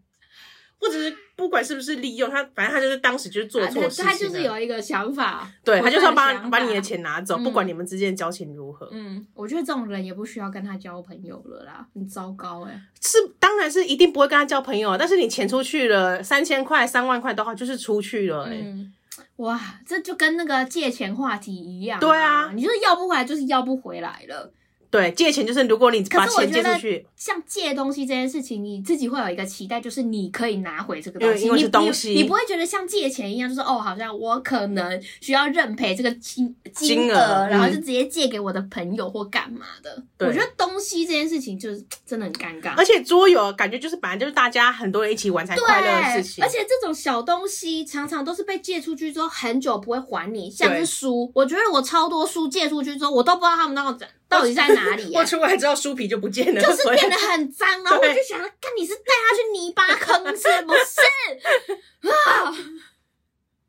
Speaker 2: 不只是不管是不是利用他，反正他就是当时就是做错事情了、
Speaker 1: 啊他，他就是有一个想法，
Speaker 2: 对他就是要把
Speaker 1: 我看
Speaker 2: 把你的
Speaker 1: 想法。
Speaker 2: 钱拿走，不管你们之间的交情如何。
Speaker 1: 嗯，我觉得这种人也不需要跟他交朋友了啦，很糟糕哎、
Speaker 2: 是，当然是一定不会跟他交朋友啊，但是你钱出去了，三千块、三万块的话，就是出去了、欸。
Speaker 1: 嗯，哇，这就跟那个借钱话题一样、
Speaker 2: 对啊
Speaker 1: 你就是要不回来，就是要不回来了。
Speaker 2: 对，借钱就是如果你把
Speaker 1: 可是我
Speaker 2: 钱
Speaker 1: 觉
Speaker 2: 借出
Speaker 1: 得
Speaker 2: 去，
Speaker 1: 像借东西这件事情，你自己会有一个期待，就是你可以拿回这个东西，
Speaker 2: 因为因为
Speaker 1: 你
Speaker 2: 是东西
Speaker 1: 你，你不会觉得像借钱一样，就是哦，好像我可能需要认赔这个金
Speaker 2: 金
Speaker 1: 金
Speaker 2: 额
Speaker 1: 额，然后
Speaker 2: 嗯
Speaker 1: 就直接借给我的朋友或干嘛的。
Speaker 2: 对
Speaker 1: 我觉得东西这件事情就是真的很尴尬
Speaker 2: 而。且桌游感觉就是本来就是大家很多人一起玩才快乐的事情
Speaker 1: 而。且这种小东西常常都是被借出去之后很久不会还你，像
Speaker 2: 对
Speaker 1: 是书，我觉得我超多书借出去之后，我都不知道他们那个到底在哪里、
Speaker 2: 我
Speaker 1: 欸。
Speaker 2: 出来之后，书皮就不见了，
Speaker 1: 就是
Speaker 2: 所以
Speaker 1: 变得很脏，然后我
Speaker 2: 对
Speaker 1: 就想，啊看你是带他去泥巴坑是不是？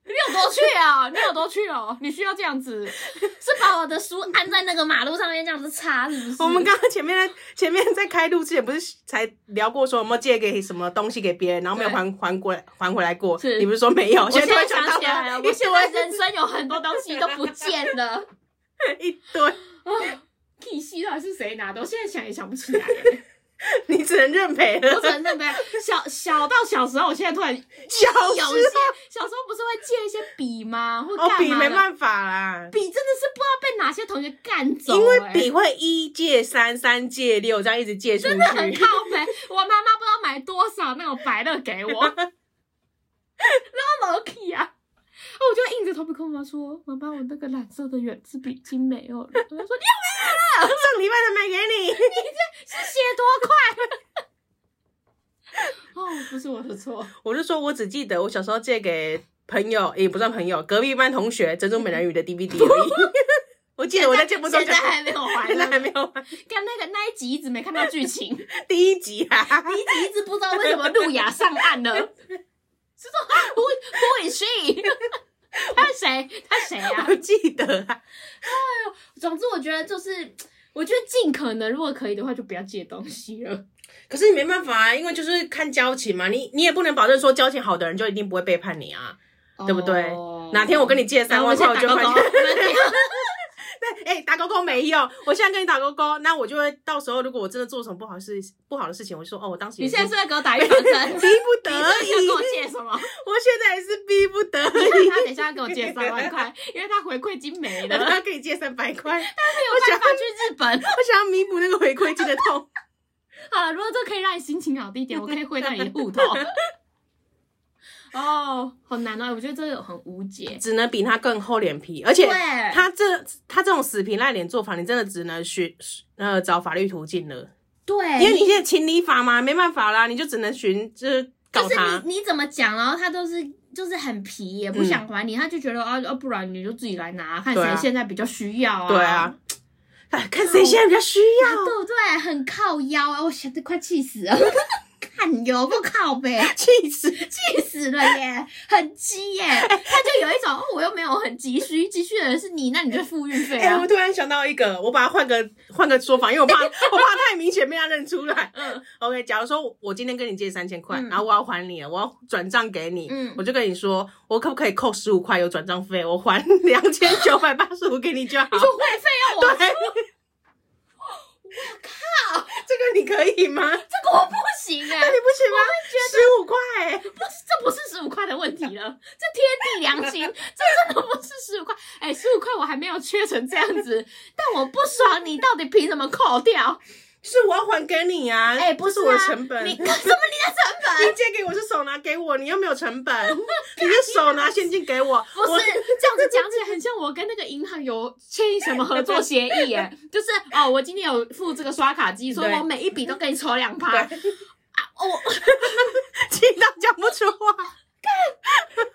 Speaker 1: 有多去啊？你有多去哦？你需要这样子？
Speaker 3: 是把我的书按在那个马路上面这样子擦，是不是？
Speaker 2: 我们刚刚前面在前面在开录之前，不是才聊过说有没有借给什么东西给别人，然后没有
Speaker 1: 对
Speaker 2: 还还过来还回来过？
Speaker 1: 是
Speaker 2: 你不是说没有？
Speaker 1: 我现
Speaker 2: 突然
Speaker 1: 在想
Speaker 2: 到
Speaker 1: 起来了，
Speaker 2: 一
Speaker 1: 我现在
Speaker 2: 堆
Speaker 1: 人生有很多东西都不见 了。啊
Speaker 2: 一堆，
Speaker 1: K 系到底是谁拿的？我现在想也想不起来了。
Speaker 2: 你只能认赔
Speaker 1: 我
Speaker 2: 了。
Speaker 1: 只能认呗。小小到小时候，我现在突然
Speaker 2: 小
Speaker 1: 有一
Speaker 2: 时
Speaker 1: 些
Speaker 2: 候
Speaker 1: 小时候不是会借一些笔吗？或干
Speaker 2: 哦，
Speaker 1: 嘛的？
Speaker 2: 笔没办法啦，
Speaker 1: 笔真的是不知道被哪些同学干走、
Speaker 2: 因为
Speaker 1: 欸
Speaker 2: 笔会一借三，三借六，这样一直借出去。
Speaker 1: 真的哎很靠北。我妈妈不知道买多少那种百乐给我，然后 l k 啊。哦我就硬着头皮跟我妈说：“妈妈，我那个蓝色的圆珠笔已经没有了。”我就说：“你
Speaker 2: 上礼拜的买给你，
Speaker 1: 是写多快？”哦，不是我的错，
Speaker 2: 我就说我只记得我小时候借给朋友，也不算朋友，隔壁班同学《珍珠美人鱼》的 DVD 而已。我记得我在节目中
Speaker 1: 现在
Speaker 2: 讲过，
Speaker 1: 还没有还
Speaker 2: 现在还
Speaker 1: 呢。
Speaker 2: 没有完
Speaker 1: 看那个那一集一直没看到剧情，
Speaker 2: 第一集啊，
Speaker 1: 一直一直不知道为什么路雅上岸了。是说
Speaker 2: 啊
Speaker 1: who who is she？他 是谁？他是谁啊？
Speaker 2: 我记得啊，
Speaker 1: 总之，我觉得就是，我觉得尽可能，如果可以的话，就不要借东西了。
Speaker 2: 可是你没办法啊，因为就是看交情嘛，你你也不能保证说交情好的人就一定不会背叛你啊。对不对
Speaker 1: 哦
Speaker 2: 哪天我跟你借三万块，我就
Speaker 1: 会
Speaker 2: 会。
Speaker 1: 我
Speaker 2: 哎、打勾勾没用，我现在跟你打勾勾，那我就会到时候如果我真的做什么不好事不好的事情，我就说哦，我当 时
Speaker 1: 你
Speaker 2: 也是
Speaker 1: 现在是在给我打预防针？
Speaker 2: 逼不得
Speaker 1: 你是不是想
Speaker 2: 已
Speaker 1: 跟，我借什 么？
Speaker 2: 我现在也是逼不得已。
Speaker 1: 他等一下要给我借三万块，因为他回馈金没 了，
Speaker 2: 我
Speaker 1: 他
Speaker 2: 要给你借三百块，
Speaker 1: 没有办法去日本。
Speaker 2: 我想要弥补那个回馈金的痛。
Speaker 1: 好了，如果这可以让你心情好一 点，我可以汇到你的户头。哦，好难哦，我觉得这个很无解。
Speaker 2: 只能比他更厚脸皮，而且
Speaker 3: 对
Speaker 2: 他这他这种死皮赖脸做法，你真的只能寻呃找法律途径了，
Speaker 3: 对，
Speaker 1: 哎
Speaker 2: 因为你现在情理法嘛，没办法啦，你就只能寻就是
Speaker 3: 就
Speaker 2: 搞
Speaker 3: 是
Speaker 2: 他。嗯
Speaker 3: 你你怎么讲，然后他都是就是很皮，也不想还你，他就觉得啊啊，不然你就自己来拿，看
Speaker 2: 对啊
Speaker 3: 谁现在比较需要啊，啊
Speaker 2: 对啊，哎，看谁现在比较需要，
Speaker 3: 对不对？很靠腰啊，我想这快气死了， 看油不靠呗，
Speaker 2: 气死！
Speaker 3: 气死了耶，很鸡耶，
Speaker 2: 哎
Speaker 1: 他就有一种，哦我又没有很急需，急需的人是你，那你就付运费
Speaker 2: 哎、
Speaker 1: 啊
Speaker 2: 我。突然想到一个，我把它换个换个说法，因为我怕我怕太明显被他认出来。
Speaker 1: 嗯
Speaker 2: OK，假如说我今天跟你借三千块，
Speaker 3: 嗯
Speaker 2: 然后我要还你了，我要转账给你，
Speaker 3: 嗯
Speaker 2: 我就跟你说，我可不可以扣十五块有转账费，我还两千九百八十五给你就好。
Speaker 1: 说会费
Speaker 3: 啊
Speaker 1: 要我
Speaker 2: 对，我靠，这个你可以吗？那
Speaker 1: 这个我不行
Speaker 3: 啊
Speaker 1: 哎、
Speaker 2: 你不行吗？十五块欸，
Speaker 1: 不是，这不是十五块的问题了， 这天地良心， 这真的不是十五块。哎、十五块我还没有缺成这样子， 但我不爽你到底凭什么扣 掉？
Speaker 2: 就是我要还给你啊！
Speaker 3: 哎不
Speaker 2: 这是
Speaker 3: 是啊
Speaker 2: 我的成本。
Speaker 3: 你
Speaker 2: 你
Speaker 3: 什么你的成本？
Speaker 2: 借给我是手拿给我，你又没有成本，你就手拿现金给我。
Speaker 1: 不是
Speaker 2: 我
Speaker 1: 这样子讲起来，很像我跟那个银行有签什么合作协议 哎、就是哦，我今天有付这个刷卡机，所以
Speaker 2: 对
Speaker 1: 我每一笔都给你抽两趴。
Speaker 2: 对
Speaker 1: 啊，我
Speaker 2: 气到讲不出话。
Speaker 1: 啊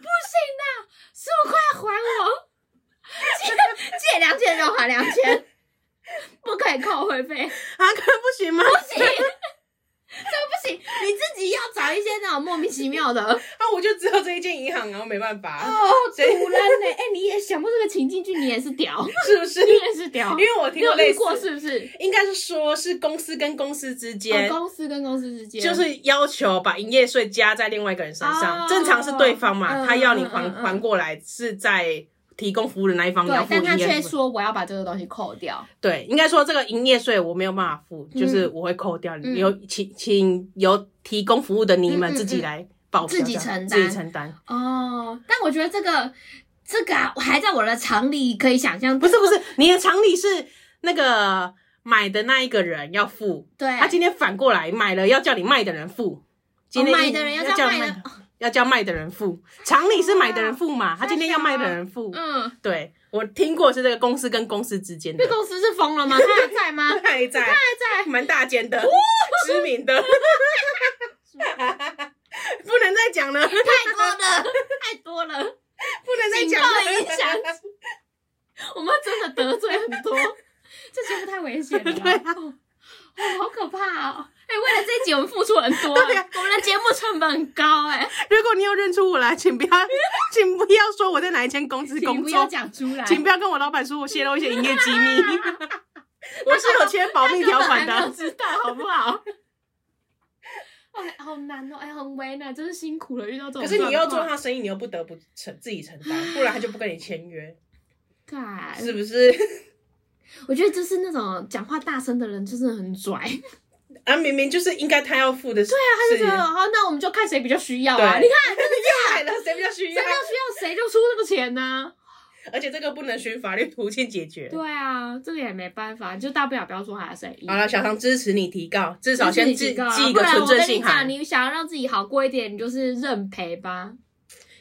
Speaker 1: 十五块还 我，
Speaker 3: 借两千就还两千，
Speaker 1: 不可以扣会费，
Speaker 2: 啊，可不行吗？
Speaker 1: 不行，
Speaker 3: 不行，你自己要找一些那种莫名其妙 的。
Speaker 2: 啊，我就只有这一间银行，然后没办法，
Speaker 1: 哦，
Speaker 2: 谁
Speaker 1: 突然呢、哎、你也想过这个情境剧，你也是屌，
Speaker 2: 是不是？
Speaker 1: 你也是屌，
Speaker 2: 因为我
Speaker 1: 哦你
Speaker 2: 听
Speaker 1: 有
Speaker 2: 过类
Speaker 1: 遇
Speaker 2: 似，
Speaker 1: 过是不是？
Speaker 2: 应该是说是公司跟公司之间。
Speaker 1: 哦，公司跟公司之间
Speaker 2: 就是要求把营业税加在另外一个人身上，
Speaker 1: 哦
Speaker 2: 正常是对方嘛，
Speaker 1: 嗯
Speaker 2: 他要你
Speaker 1: 嗯
Speaker 2: 还
Speaker 1: 嗯嗯
Speaker 2: 还过来是在提供服务的那一哦方你
Speaker 1: 对，
Speaker 2: 要付
Speaker 1: 但他
Speaker 2: 营
Speaker 1: 却
Speaker 2: 业税，
Speaker 1: 说我要把这个东西扣掉，
Speaker 2: 对，应该说这个营业税我没有办法付，
Speaker 1: 嗯
Speaker 2: 就是我会扣掉，
Speaker 3: 嗯
Speaker 2: 有请请有提供服务的你们
Speaker 3: 嗯嗯
Speaker 2: 自己来报销，
Speaker 3: 自己
Speaker 2: 这样
Speaker 3: 承担
Speaker 2: 自己承担，
Speaker 3: 哦，但我觉得这个这个啊，还在我的常理可以想象，
Speaker 2: 不是不是，你的常理是那个买的那一个人要付，
Speaker 3: 对，
Speaker 2: 他今天反过来买了要叫你卖的人付，今天
Speaker 3: 哦买的人要叫
Speaker 2: 叫
Speaker 3: 卖的哦
Speaker 2: 卖要叫卖的人付，常理是买的人付嘛，他今天要
Speaker 3: 小
Speaker 2: 卖的人付。
Speaker 1: 嗯，
Speaker 2: 对我听过是这个公司跟公司之间的
Speaker 1: 那，公司是疯了吗？他还在吗？
Speaker 2: 还在
Speaker 1: 还 在
Speaker 2: 蛮大间的，知名 的，不能再讲了，不
Speaker 3: 太多了，
Speaker 1: 太多了，
Speaker 2: 能再
Speaker 1: 警
Speaker 2: 讲
Speaker 1: 告
Speaker 2: 了，
Speaker 1: 影响 我们真的得罪很多， 这节目太危险了，
Speaker 2: 对啊
Speaker 1: 哦，哦好可怕哦！哎，为了这一集我们付出很多，
Speaker 2: 对啊
Speaker 1: 我们的节目成本本很高哎、
Speaker 2: 如果你有认出我来，请不要，请不要说我在哪一间公司
Speaker 1: 请
Speaker 2: 工
Speaker 1: 不要
Speaker 2: 作，
Speaker 1: 讲出来，
Speaker 2: 请不要跟我老板说我泄露一些营业机密，我是有签保密条款
Speaker 1: 根本还没有
Speaker 2: 的。
Speaker 1: 知道好不好？哎，好难 哦，哎，很为难，真是辛苦了，遇到这种
Speaker 2: 可
Speaker 1: 状
Speaker 2: 是
Speaker 1: 况。
Speaker 2: 你要做他生意，你又不得不承自己承担，不然他就不跟你签约，
Speaker 1: 干
Speaker 2: 是不是？
Speaker 1: 哎我觉得就是那种讲话大声的人，就是很拽。对
Speaker 2: 啊，明明就是应该他要付的，对啊，
Speaker 1: 啊，他就觉得好，那我们就看谁比较需要啊。
Speaker 2: 对
Speaker 1: 你看，
Speaker 2: 害了，谁比较需
Speaker 1: 谁
Speaker 2: 要
Speaker 1: 比？较需要，谁就出那个钱呢、
Speaker 2: 而且这个不能循法律途径解决。
Speaker 1: 对啊，这个也没办法，就大不了不要说他的生意。
Speaker 2: 好了，小唐支持你提告，至少
Speaker 1: 就是
Speaker 2: 先
Speaker 1: 你
Speaker 2: 寄
Speaker 1: 提高啊
Speaker 2: 寄一
Speaker 1: 不
Speaker 2: 个
Speaker 1: 然
Speaker 2: 纯
Speaker 1: 我跟
Speaker 2: 正
Speaker 1: 你
Speaker 2: 信
Speaker 1: 讲，
Speaker 2: 函。
Speaker 1: 你想要让自己好过一点，你就是认赔吧，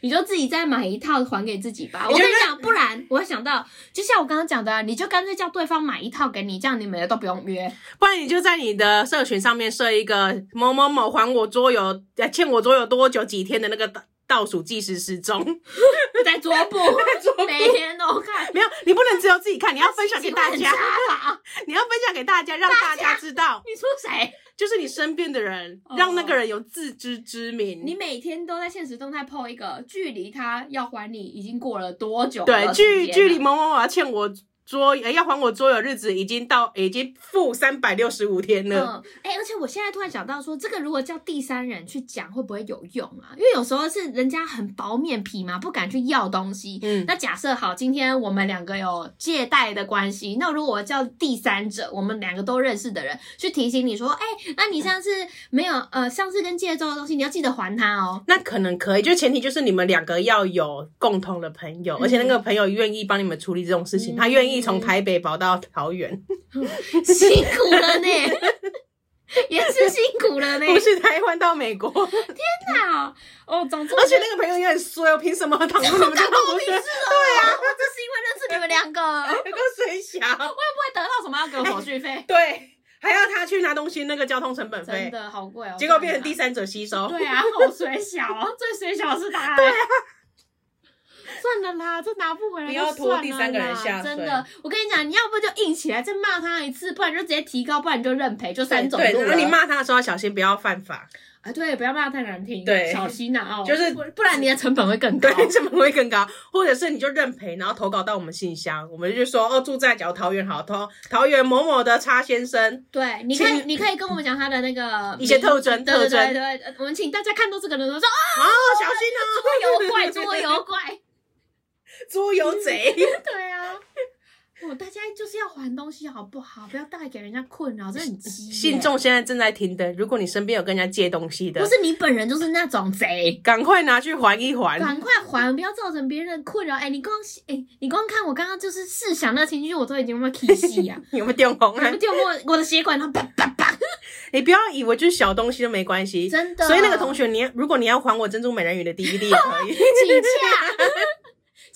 Speaker 1: 你就自己再买一套还给自己吧。
Speaker 2: 你
Speaker 1: 我
Speaker 2: 觉
Speaker 1: 跟
Speaker 2: 得
Speaker 1: 你讲，不然我会想到，就像我刚刚讲的啊，你就干脆叫对方买一套给你，这样你们也都不用 约。
Speaker 2: 不然你就在你的社群上面设一个某某某还我桌游，呃欠我桌游多久几天的那个倒倒数计时时钟。
Speaker 1: 在桌 布，每天都看，
Speaker 2: 没有，你不能只有自己看，你要分享给大
Speaker 1: 心
Speaker 2: 家
Speaker 1: 情会，很差啊
Speaker 2: 你要分享给大家，让大家知道，
Speaker 1: 你说谁？
Speaker 2: 就是你身边的人，
Speaker 1: 哦
Speaker 2: 让那个人有自知之明。
Speaker 1: 你每天都在现实动态 PO 一个，距离他要还你已经过了多久
Speaker 2: 对，
Speaker 1: 的时间了？
Speaker 2: 距距离某某某要欠我桌呃要还我桌游日子已经到已经负三百六十五天了。
Speaker 1: 嗯，哎、而且我现在突然想到说，这个如果叫第三人去讲，会不会有用啊？因为有时候是人家很薄面皮嘛，不敢去要东西。
Speaker 2: 嗯
Speaker 1: 那假设好，今天我们两个有借贷的关系，那如果我叫第三者，我们两个都认识的人去提醒你说，哎、那你上次没有呃，上次跟借周的东西，你要记得还他 哦。
Speaker 2: 那可能可以，就前提就是你们两个要有共同的朋
Speaker 1: 嗯
Speaker 2: 友，而且那个朋友愿意帮你们处理这种事情，
Speaker 1: 嗯
Speaker 2: 他愿意从台北跑到桃园，
Speaker 1: 辛苦了呢， 也是辛苦了呢。
Speaker 2: 不是台湾到 美国，而
Speaker 1: 啊，哦，总之，
Speaker 2: 且那个朋友也很衰哦，凭什么躺住你 们就
Speaker 1: 关我
Speaker 2: 同
Speaker 1: 屁
Speaker 2: 学？
Speaker 1: 事哦！对啊，我只是因为认识你们两个。
Speaker 2: 有个水小，
Speaker 1: 会得到什么要给我手续
Speaker 2: 哎
Speaker 1: 费？
Speaker 2: 对，还要他去拿东西那个交通成本
Speaker 1: 真
Speaker 2: 费，
Speaker 1: 的好贵哦！
Speaker 2: 结果变成第三哦者吸收。
Speaker 1: 对啊，好水小啊，最水小的是他。对啊，算了啦，这拿不回来
Speaker 2: 不
Speaker 1: 就
Speaker 2: 要拖
Speaker 1: 算了啦
Speaker 2: 第三个人下水
Speaker 1: 真的，我跟你讲，你要不就硬起来再骂他一次，不然就直接提高，不然你就认赔，就三种
Speaker 2: 对，
Speaker 1: 路
Speaker 2: 然后
Speaker 1: 了。
Speaker 2: 你骂他的时候要小心，不要犯法，
Speaker 1: 啊，对，不要骂得太难听，
Speaker 2: 对
Speaker 1: 小心啊哦，
Speaker 2: 就是
Speaker 1: 不不然你的成本会更高。
Speaker 2: 对，成本会更高。或者是你就认赔，然后投稿到我们信箱，我们就说哦，住在角桃园好，桃桃园某某的叉 先生，
Speaker 1: 对，你可以你可以跟我们讲他的那个
Speaker 2: 一些特征
Speaker 1: 对对
Speaker 2: 特征
Speaker 1: 对对，对我们请大家看到这个人的时候说啊，
Speaker 2: 哦，小心
Speaker 1: 桌游怪，桌游怪。
Speaker 2: 哦，捉油 贼。
Speaker 1: 对啊，我大家就是要还东西好不好？不要带给人家困扰，这很鸡耶。
Speaker 2: 信众现在正在听的，如果你身边有跟人家借东西
Speaker 1: 不
Speaker 2: 的，
Speaker 1: 是你本人就是那种贼，
Speaker 2: 赶快拿去还一还。
Speaker 1: 赶快还，不要造成别人的困扰。哎、你光哎、你光看我刚刚就是试想那情绪，我都已经有没有气息 呀？
Speaker 2: 有没有电红
Speaker 1: 我
Speaker 2: 啊？
Speaker 1: 掉我我的血管，然后啪啪 啪，
Speaker 2: 你不要以为就是小东西都没关系，
Speaker 1: 真的。
Speaker 2: 所以那个同学，你要如果你要还我珍珠美人鱼的 DVD 也可以。
Speaker 1: 请假。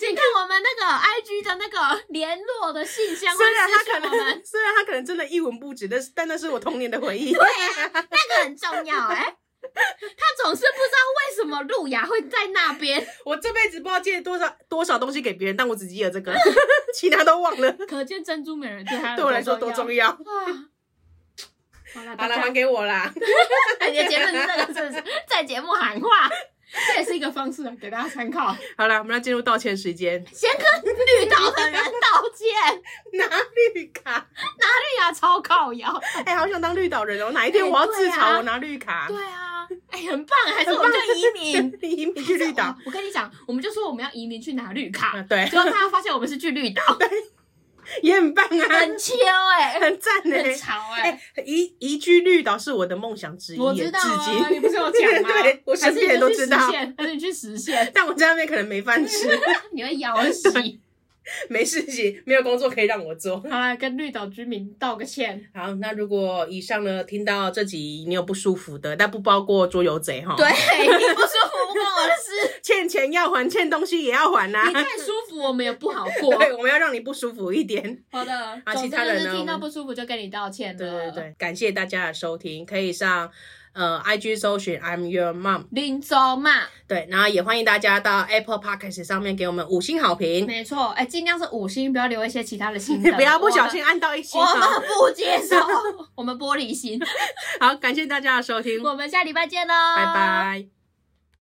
Speaker 1: 请看我们那个 I G 的那个联络的信箱，
Speaker 2: 虽然
Speaker 1: 或者私
Speaker 2: 他
Speaker 1: 讯
Speaker 2: 可
Speaker 1: 我们
Speaker 2: 能，虽然他可能真的一文不值，但是但那是我童年的回忆。
Speaker 1: 那个很重要哎、他总是不知道为什么路雅会在那边，
Speaker 2: 我这辈子不知道借多少多少东西给别人，但我只记得这个， 其他都忘了。
Speaker 1: 可见珍珠美人对他
Speaker 2: 对我来说多重要。
Speaker 1: 嗯要啊！好了，
Speaker 2: 好
Speaker 1: 大
Speaker 2: 了，
Speaker 1: 家
Speaker 2: 还给我啦。
Speaker 1: 你的结论是这个，是不是在节目喊话？这也是一个方式，给大家参 考。
Speaker 2: 好了，我们要进入道歉时间。
Speaker 1: 先跟绿岛的人道歉，
Speaker 2: 拿绿卡，
Speaker 1: 绿雅超靠摇。
Speaker 2: 哎、好想当绿岛人哦！哪一天
Speaker 1: 哎
Speaker 2: 我要
Speaker 1: 对
Speaker 2: 自嘲
Speaker 1: 啊
Speaker 2: 我拿绿卡，
Speaker 1: 对啊，哎、很棒，还是我们就移民。哦
Speaker 2: 移民去 绿岛
Speaker 1: 我。我跟你讲，我们就说我们要移民去拿绿卡
Speaker 2: 啊，，对
Speaker 1: 结，果大家发现我们是去绿 岛，
Speaker 2: 也很棒啊，
Speaker 1: 很秋哎、
Speaker 2: 很赞呢、
Speaker 1: 很潮哎、
Speaker 2: 哎、移移居绿岛是我的梦想之一，
Speaker 1: 我知道
Speaker 2: 至今
Speaker 1: 啊，你不是有讲吗？
Speaker 2: 对我身
Speaker 1: 还是
Speaker 2: 边人
Speaker 1: 你
Speaker 2: 都
Speaker 1: 去
Speaker 2: 知
Speaker 1: 实
Speaker 2: 道
Speaker 1: 现，还是你去实现？
Speaker 2: 但我在那边可能没饭吃，
Speaker 1: 你会咬 死。
Speaker 2: 没事情，没有工作可以让我做。
Speaker 1: 好啦，跟绿岛居民道个歉。
Speaker 2: 好，那如果以上呢听到这集你有不舒服的，但不包括捉游贼哈。
Speaker 1: 对，，你不舒服不关我的事，
Speaker 2: 欠钱要还，欠东西也要还 呐、
Speaker 1: 你太舒服我们也不好过。
Speaker 2: 对，我们要让你不舒服一点。
Speaker 1: 好的，
Speaker 2: 啊
Speaker 1: 总
Speaker 2: 其
Speaker 1: 之
Speaker 2: 他
Speaker 1: 就
Speaker 2: 人呢
Speaker 1: 是听到不舒服就跟你道歉
Speaker 2: 对
Speaker 1: 了。
Speaker 2: 对，对，感谢大家的收听，可以上呃 IG 搜寻 I'm Your Mom。
Speaker 1: 林州嘛，
Speaker 2: 对，然后也欢迎大家到 Apple Podcast 上面给我们五星好评，
Speaker 1: 没错，哎，尽量是五星，不要留一些其他的星的。
Speaker 2: 嗯不要不小心按到一星
Speaker 1: 我们。我
Speaker 2: 哈。
Speaker 1: 们不接受，我们玻璃心。
Speaker 2: 好，感谢大家的收听，
Speaker 1: 我们下礼拜见喽，
Speaker 2: 拜。拜。